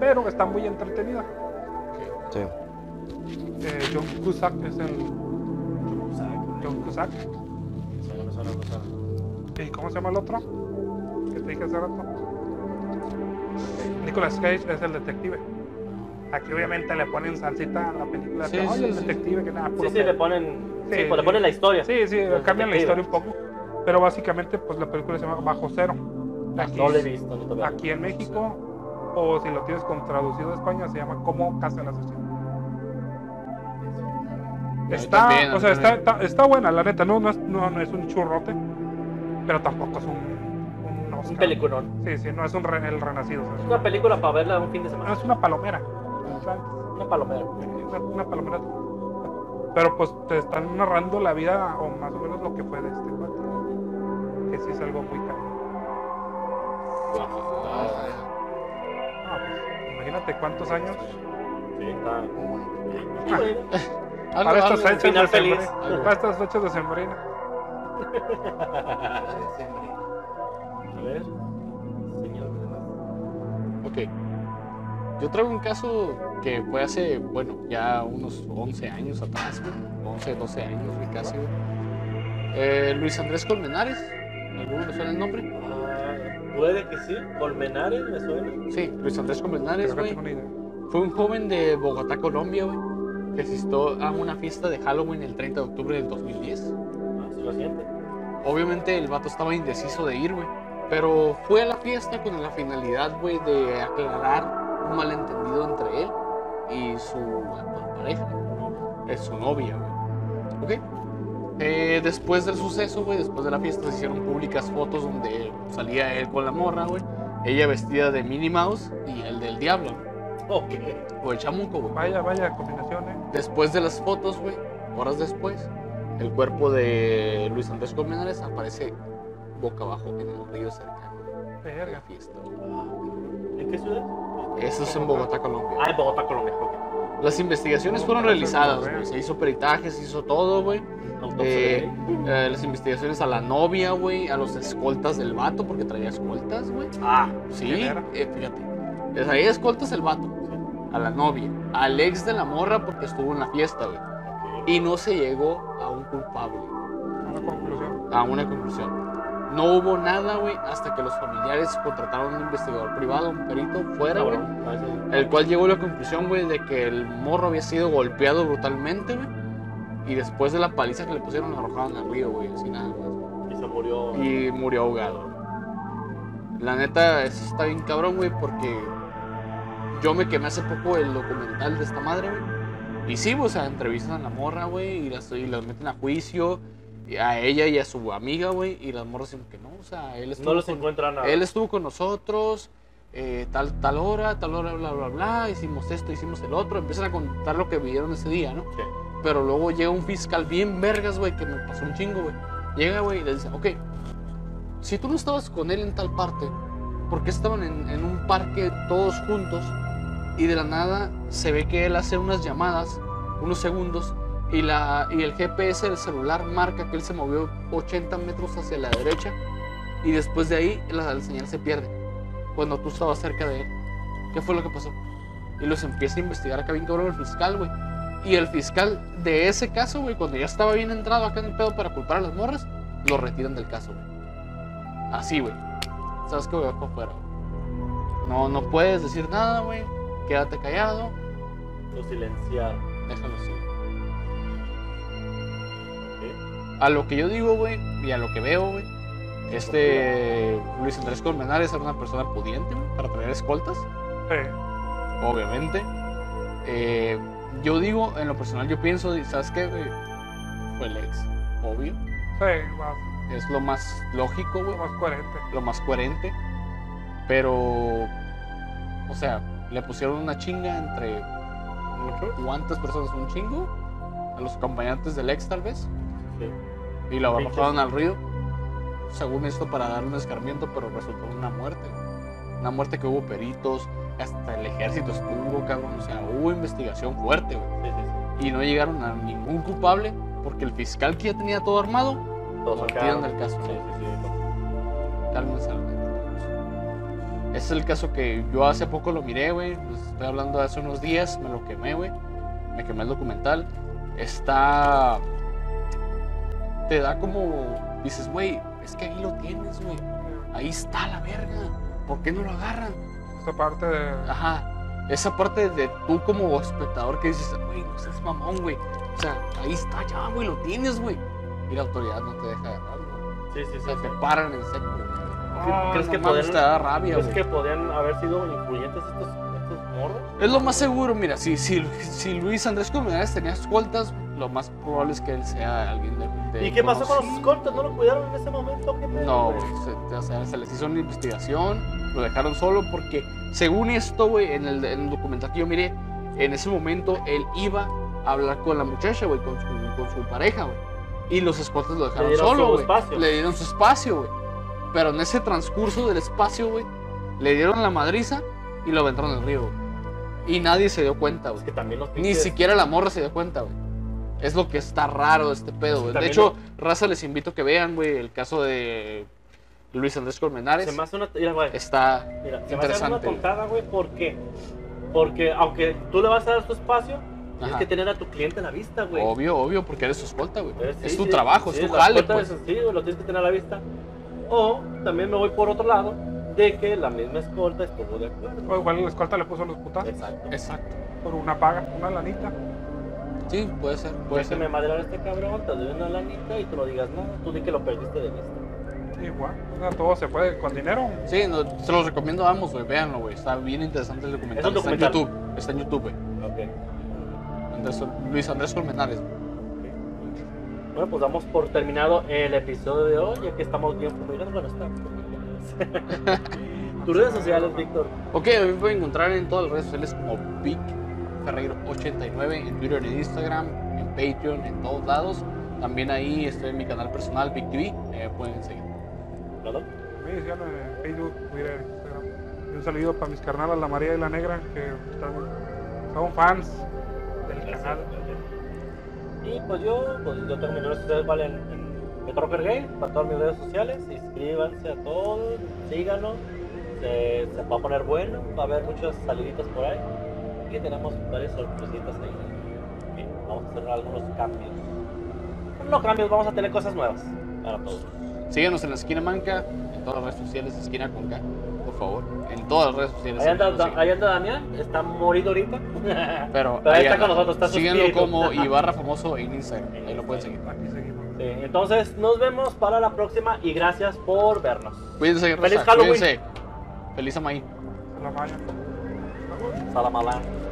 [SPEAKER 4] pero está muy entretenida.
[SPEAKER 3] Sí.
[SPEAKER 4] Eh, John Cusack es el... John Cusack.
[SPEAKER 6] Suena, suena, suena.
[SPEAKER 4] ¿Y cómo se llama el otro? Que te dije hace rato. Nicolas Cage es el detective. Aquí obviamente le ponen salsita a la película.
[SPEAKER 1] Sí,
[SPEAKER 4] que, "Ay,
[SPEAKER 1] sí,
[SPEAKER 4] el
[SPEAKER 1] sí,
[SPEAKER 4] detective que nada, puro
[SPEAKER 2] Sí, sí, le
[SPEAKER 4] pedo".
[SPEAKER 2] ponen.
[SPEAKER 4] Sí,
[SPEAKER 2] Sí, pues le
[SPEAKER 4] sí.
[SPEAKER 2] ponen la historia.
[SPEAKER 4] Sí, sí,
[SPEAKER 2] Los
[SPEAKER 4] cambian la
[SPEAKER 2] detectives.
[SPEAKER 4] historia un poco. Pero básicamente, pues la película se llama Bajo Cero. Aquí,
[SPEAKER 2] No lo he visto. no todavía.
[SPEAKER 4] aquí en México, o si lo tienes con traducido a España, se llama Cómo Casa el Asesino.
[SPEAKER 1] mí
[SPEAKER 4] Está,
[SPEAKER 1] también, a
[SPEAKER 4] o
[SPEAKER 1] mí
[SPEAKER 4] sea, está,
[SPEAKER 1] también.
[SPEAKER 4] está- está buena, la neta. No, no, es, no, no es un churrote, pero tampoco es un. Un,
[SPEAKER 2] Un
[SPEAKER 4] Oscar.
[SPEAKER 2] peliculón.
[SPEAKER 4] Sí, sí, no es un re- el renacido. o
[SPEAKER 2] Es
[SPEAKER 4] sea,
[SPEAKER 2] una película para verla un fin de
[SPEAKER 4] no
[SPEAKER 2] semana.
[SPEAKER 4] es una palomera. O sea,
[SPEAKER 2] Una palomera.
[SPEAKER 4] una, una palomera. Pero pues te están narrando la vida o más o menos lo que fue de este cuate. Que sí es algo muy caro. Ah, pues, imagínate cuántos años.
[SPEAKER 2] Está- Ah.
[SPEAKER 1] Algo-
[SPEAKER 4] Para estas
[SPEAKER 1] algo-
[SPEAKER 4] fechas
[SPEAKER 2] final
[SPEAKER 4] de
[SPEAKER 2] feliz.
[SPEAKER 4] sembrina. Para estas fechas de sembrina.
[SPEAKER 2] A ver. Señor, ¿qué
[SPEAKER 1] Ok. Yo traigo un caso que fue hace, bueno, ya unos 11 años atrás, güey. 11, 12 años, güey, casi, güey. Eh, Luis Andrés Colmenares. ¿Alguno le suena el nombre?
[SPEAKER 2] demás? Ah, Puede que sí. Colmenares me suena.
[SPEAKER 1] Sí, Luis Andrés Colmenares,
[SPEAKER 4] Creo que
[SPEAKER 1] güey.
[SPEAKER 4] tengo una idea.
[SPEAKER 1] Fue un joven de Bogotá, Colombia, güey, que asistió a una fiesta de Halloween el 30 de octubre del 2010.
[SPEAKER 2] Ah, sí, lo siento.
[SPEAKER 1] Obviamente el vato estaba indeciso de ir, güey. Pero fue a la fiesta con la finalidad, güey, de aclarar un malentendido entre él y su actual pareja. Es su novia, güey. ¿Ok? Eh, después del suceso, güey, después de la fiesta se hicieron públicas fotos donde salía él con la morra, güey. Ella vestida de Minnie Mouse y el del diablo, güey,
[SPEAKER 2] Ok.
[SPEAKER 1] o el chamuco, güey.
[SPEAKER 4] Vaya, vaya combinación, eh.
[SPEAKER 1] Después de las fotos, güey, horas después, el cuerpo de Luis Andrés Colmenares aparece boca abajo en el río cercano de la
[SPEAKER 4] Verga.
[SPEAKER 1] fiesta.
[SPEAKER 2] ¿En qué ciudad?
[SPEAKER 1] Eso es en Bogotá, Colombia.
[SPEAKER 2] Ah, en Bogotá, Colombia. ok.
[SPEAKER 1] Las investigaciones fueron realizadas, güey. Se hizo peritaje, se hizo todo, güey.
[SPEAKER 2] Autopsia
[SPEAKER 1] Eh,
[SPEAKER 2] de-
[SPEAKER 1] Eh, las investigaciones a la novia, güey, a los escoltas del vato, porque traía escoltas, güey.
[SPEAKER 2] Ah,
[SPEAKER 1] Sí,
[SPEAKER 4] ¿Quién era?
[SPEAKER 1] eh, fíjate. Traía escoltas el vato, a la novia, al ex de la morra, porque estuvo en la fiesta, güey. Y no se llegó a un culpable.
[SPEAKER 4] Una conclusión.
[SPEAKER 1] a una conclusión. No hubo nada, güey, hasta que los familiares contrataron un investigador privado, un perito fuera, güey.
[SPEAKER 2] Cabrón, Ah, parece-
[SPEAKER 1] El cual llegó a la conclusión, güey, de que el morro había sido golpeado brutalmente, güey. Y después de la paliza que le pusieron, lo arrojaron al río, güey, así nada más.
[SPEAKER 2] Y se murió.
[SPEAKER 1] Y murió ahogado. La neta, eso está bien cabrón, güey, porque yo me quemé hace poco el documental de esta madre, güey. Y sí, o sea, entrevistan a la morra, güey, y las, y las meten a juicio, y a ella y a su amiga, güey, y las morras dicen que no, o sea, él estuvo
[SPEAKER 2] No los
[SPEAKER 1] con-
[SPEAKER 2] encuentran nada.
[SPEAKER 1] él estuvo con nosotros, eh, tal, tal hora, tal hora, bla, bla, bla, hicimos esto, hicimos el otro. Empiezan a contar lo que vivieron ese día, ¿no?
[SPEAKER 2] Sí.
[SPEAKER 1] Pero luego llega un fiscal bien vergas, güey, que me pasó un chingo, güey. Llega, güey, y le dice, ok, si tú no estabas con él en tal parte, ¿por qué estaban en, en un parque todos juntos? Y de la nada se ve que él hace unas llamadas, unos segundos, y, la, y el GPS del celular marca que él se movió 80 metros hacia la derecha y después de ahí la, la señal se pierde. Cuando tú estabas cerca de él. ¿Qué fue lo que pasó? Y los empieza a investigar acá bien cabrón el fiscal, güey. Y el fiscal de ese caso, güey, cuando ya estaba bien entrado acá en el pedo para culpar a las morras, lo retiran del caso, güey. Así, güey. Sabes que voy para afuera, güey. No, no puedes decir nada, güey. Quédate callado.
[SPEAKER 2] Lo silenciaron.
[SPEAKER 1] Déjalo así.
[SPEAKER 2] ¿ok?
[SPEAKER 1] A lo que yo digo, güey, y a lo que veo, güey, este Luis Andrés Colmenares era una persona pudiente, güey, para traer escoltas.
[SPEAKER 4] Eh,
[SPEAKER 1] obviamente. Eh, yo digo, en lo personal, yo pienso, y ¿sabes qué? güey? Fue el ex, obvio.
[SPEAKER 4] sí, más,
[SPEAKER 1] Es lo más lógico, güey,
[SPEAKER 4] más coherente.
[SPEAKER 1] lo más coherente. Pero, o sea, le pusieron una chinga entre. ¿Cuántas personas? ¿Un chingo? A los acompañantes del ex, tal vez.
[SPEAKER 2] Sí.
[SPEAKER 1] Y lo
[SPEAKER 2] Pinches.
[SPEAKER 1] arrojaron al río. Según esto, para darle un escarmiento, pero resultó una muerte. Una muerte que hubo peritos, hasta el ejército estuvo, cabrón. O sea, hubo investigación fuerte, güey.
[SPEAKER 2] Sí, sí, sí.
[SPEAKER 1] Y no llegaron a ningún culpable porque el fiscal que ya tenía todo armado,
[SPEAKER 2] Todos
[SPEAKER 1] lo retiran
[SPEAKER 2] sacaron.
[SPEAKER 1] del caso.
[SPEAKER 2] Sí, sí, sí.
[SPEAKER 1] Cálmense la neta, cálmense. Ese es el caso que yo hace poco lo miré, güey. Les estoy hablando de hace unos días, me lo quemé, güey. Me quemé el documental. Está. Te da como. Dices, güey, es que ahí lo tienes, güey. Ahí está la verga. ¿Por qué no lo agarran?
[SPEAKER 4] Esta parte de.
[SPEAKER 1] Ajá. Esa parte de tú como espectador que dices, güey, no seas mamón, güey. O sea, ahí está ya, güey, lo tienes, güey. Y la autoridad no te deja agarrarlo.
[SPEAKER 2] Sí, sí,
[SPEAKER 1] O
[SPEAKER 2] sí.
[SPEAKER 1] sea, te paran en seco. güey.
[SPEAKER 4] Ah,
[SPEAKER 2] ¿Crees que
[SPEAKER 1] No mames,
[SPEAKER 2] podrían-
[SPEAKER 1] te da rabia,
[SPEAKER 2] ¿Crees
[SPEAKER 1] güey.
[SPEAKER 2] que podrían haber sido influyentes estos, estos morros?
[SPEAKER 1] Es lo más seguro, mira, si, si, si Luis Andrés Comunidades tenía escoltas, lo más probable es que él sea alguien de... de
[SPEAKER 2] ¿Y qué pasó con los
[SPEAKER 1] conocido.
[SPEAKER 2] escoltas? ¿No lo cuidaron en ese momento? ¿Qué pedo,
[SPEAKER 1] No, güey, se, o sea, se les hizo una investigación, lo dejaron solo porque, según esto, güey, en el, en el documental que yo miré, en ese momento él iba a hablar con la muchacha, güey, con su, con su pareja, güey. Y los escoltas lo dejaron
[SPEAKER 2] dieron su
[SPEAKER 1] solo, güey.
[SPEAKER 2] espacio.
[SPEAKER 1] Le dieron su espacio, güey. Pero en ese transcurso del espacio, güey, le dieron la madriza y lo aventaron al río, güey. Y nadie se dio cuenta, güey.
[SPEAKER 2] Es que también los
[SPEAKER 1] Ni
[SPEAKER 2] pinches-
[SPEAKER 1] siquiera la morra se dio cuenta, güey. Es lo que está raro de este pedo, güey. De
[SPEAKER 2] También
[SPEAKER 1] hecho, raza, les invito a que vean, güey, el caso de Luis Andrés Colmenares.
[SPEAKER 2] Se me hace una... Mira, güey.
[SPEAKER 1] Está.
[SPEAKER 2] Mira, se me hace una
[SPEAKER 1] interesante.
[SPEAKER 2] contada, güey. ¿Por qué? Porque aunque tú le vas a dar su espacio, tienes
[SPEAKER 1] Ajá.
[SPEAKER 2] que tener a tu cliente a la vista, güey.
[SPEAKER 1] Obvio, obvio, porque eres su escolta, güey.
[SPEAKER 2] Eh, sí,
[SPEAKER 1] es tu
[SPEAKER 2] sí,
[SPEAKER 1] trabajo,
[SPEAKER 2] sí,
[SPEAKER 1] es tu
[SPEAKER 2] las
[SPEAKER 1] jale,
[SPEAKER 2] cuentas
[SPEAKER 1] pues.
[SPEAKER 2] de sentido, lo tienes que tener a la vista. O también me voy por otro lado de que la misma escolta estuvo de acuerdo.
[SPEAKER 4] O oh, igual el escolta le puso los putazos
[SPEAKER 2] Exacto.
[SPEAKER 1] Exacto.
[SPEAKER 4] por una paga, una lanita.
[SPEAKER 1] Sí, puede ser, puede
[SPEAKER 2] Pues que me
[SPEAKER 1] ser.
[SPEAKER 2] madrearon a este cabrón, te doy una lanita y tú no digas nada. Tú di que lo perdiste de vista.
[SPEAKER 4] Igual. O sea, todo se puede con dinero.
[SPEAKER 1] Sí, no, se los recomiendo a ambos, güey. Véanlo, güey. Está bien interesante el documental.
[SPEAKER 2] Es un
[SPEAKER 1] Está en
[SPEAKER 2] documental.
[SPEAKER 1] YouTube. Está en YouTube, güey.
[SPEAKER 2] Ok.
[SPEAKER 1] Andrés- Luis Andrés Colmenares. güey.
[SPEAKER 2] Bueno, pues damos por terminado el episodio de hoy, ya que estamos bien fumigados. Bueno, está. Tus redes sociales, Víctor.
[SPEAKER 1] Ok, a mí me pueden encontrar en todas las redes sociales como Vic Ferreiro89, en Twitter, en Instagram, en Patreon, en todos lados. También ahí estoy en mi canal personal, Vic TV, eh, pueden seguir.
[SPEAKER 2] ¿Lalo?
[SPEAKER 4] A mí decían en Facebook, Twitter, Instagram. Y un saludo para mis carnalas, la María y la Negra, que están- son fans del canal.
[SPEAKER 2] Y pues yo, pues yo tengo mis redes sociales, vale, en, en Metroker Gay, para todas mis redes sociales, inscríbanse a todos, síganos, se, se va a poner bueno, va a haber muchas saliditas por ahí, y tenemos varias sorpresitas ahí. Sí, vamos a hacer algunos cambios. Bueno, no cambios, vamos a tener cosas nuevas. para todos.
[SPEAKER 1] Síguenos en la esquina manca, en todas las redes sociales, esquina con K, por favor. En todas las redes sociales.
[SPEAKER 2] Ahí anda,
[SPEAKER 1] síganos,
[SPEAKER 2] Da-
[SPEAKER 1] síganos.
[SPEAKER 2] ahí anda Damián, está morido ahorita.
[SPEAKER 1] Pero
[SPEAKER 2] Pero ahí está
[SPEAKER 1] anda.
[SPEAKER 2] con nosotros, está su
[SPEAKER 1] Síganlo
[SPEAKER 2] espíritu.
[SPEAKER 1] como Ibarra Famoso en Instagram.
[SPEAKER 2] En
[SPEAKER 1] Ahí lo pueden seguir.
[SPEAKER 4] Aquí seguimos.
[SPEAKER 2] Sí, entonces nos vemos para la próxima y gracias por vernos.
[SPEAKER 1] Cuídense, raza,
[SPEAKER 2] Feliz Halloween.
[SPEAKER 1] Cuídense. Feliz Amaí.
[SPEAKER 4] Se la bañan.
[SPEAKER 2] Salamalán.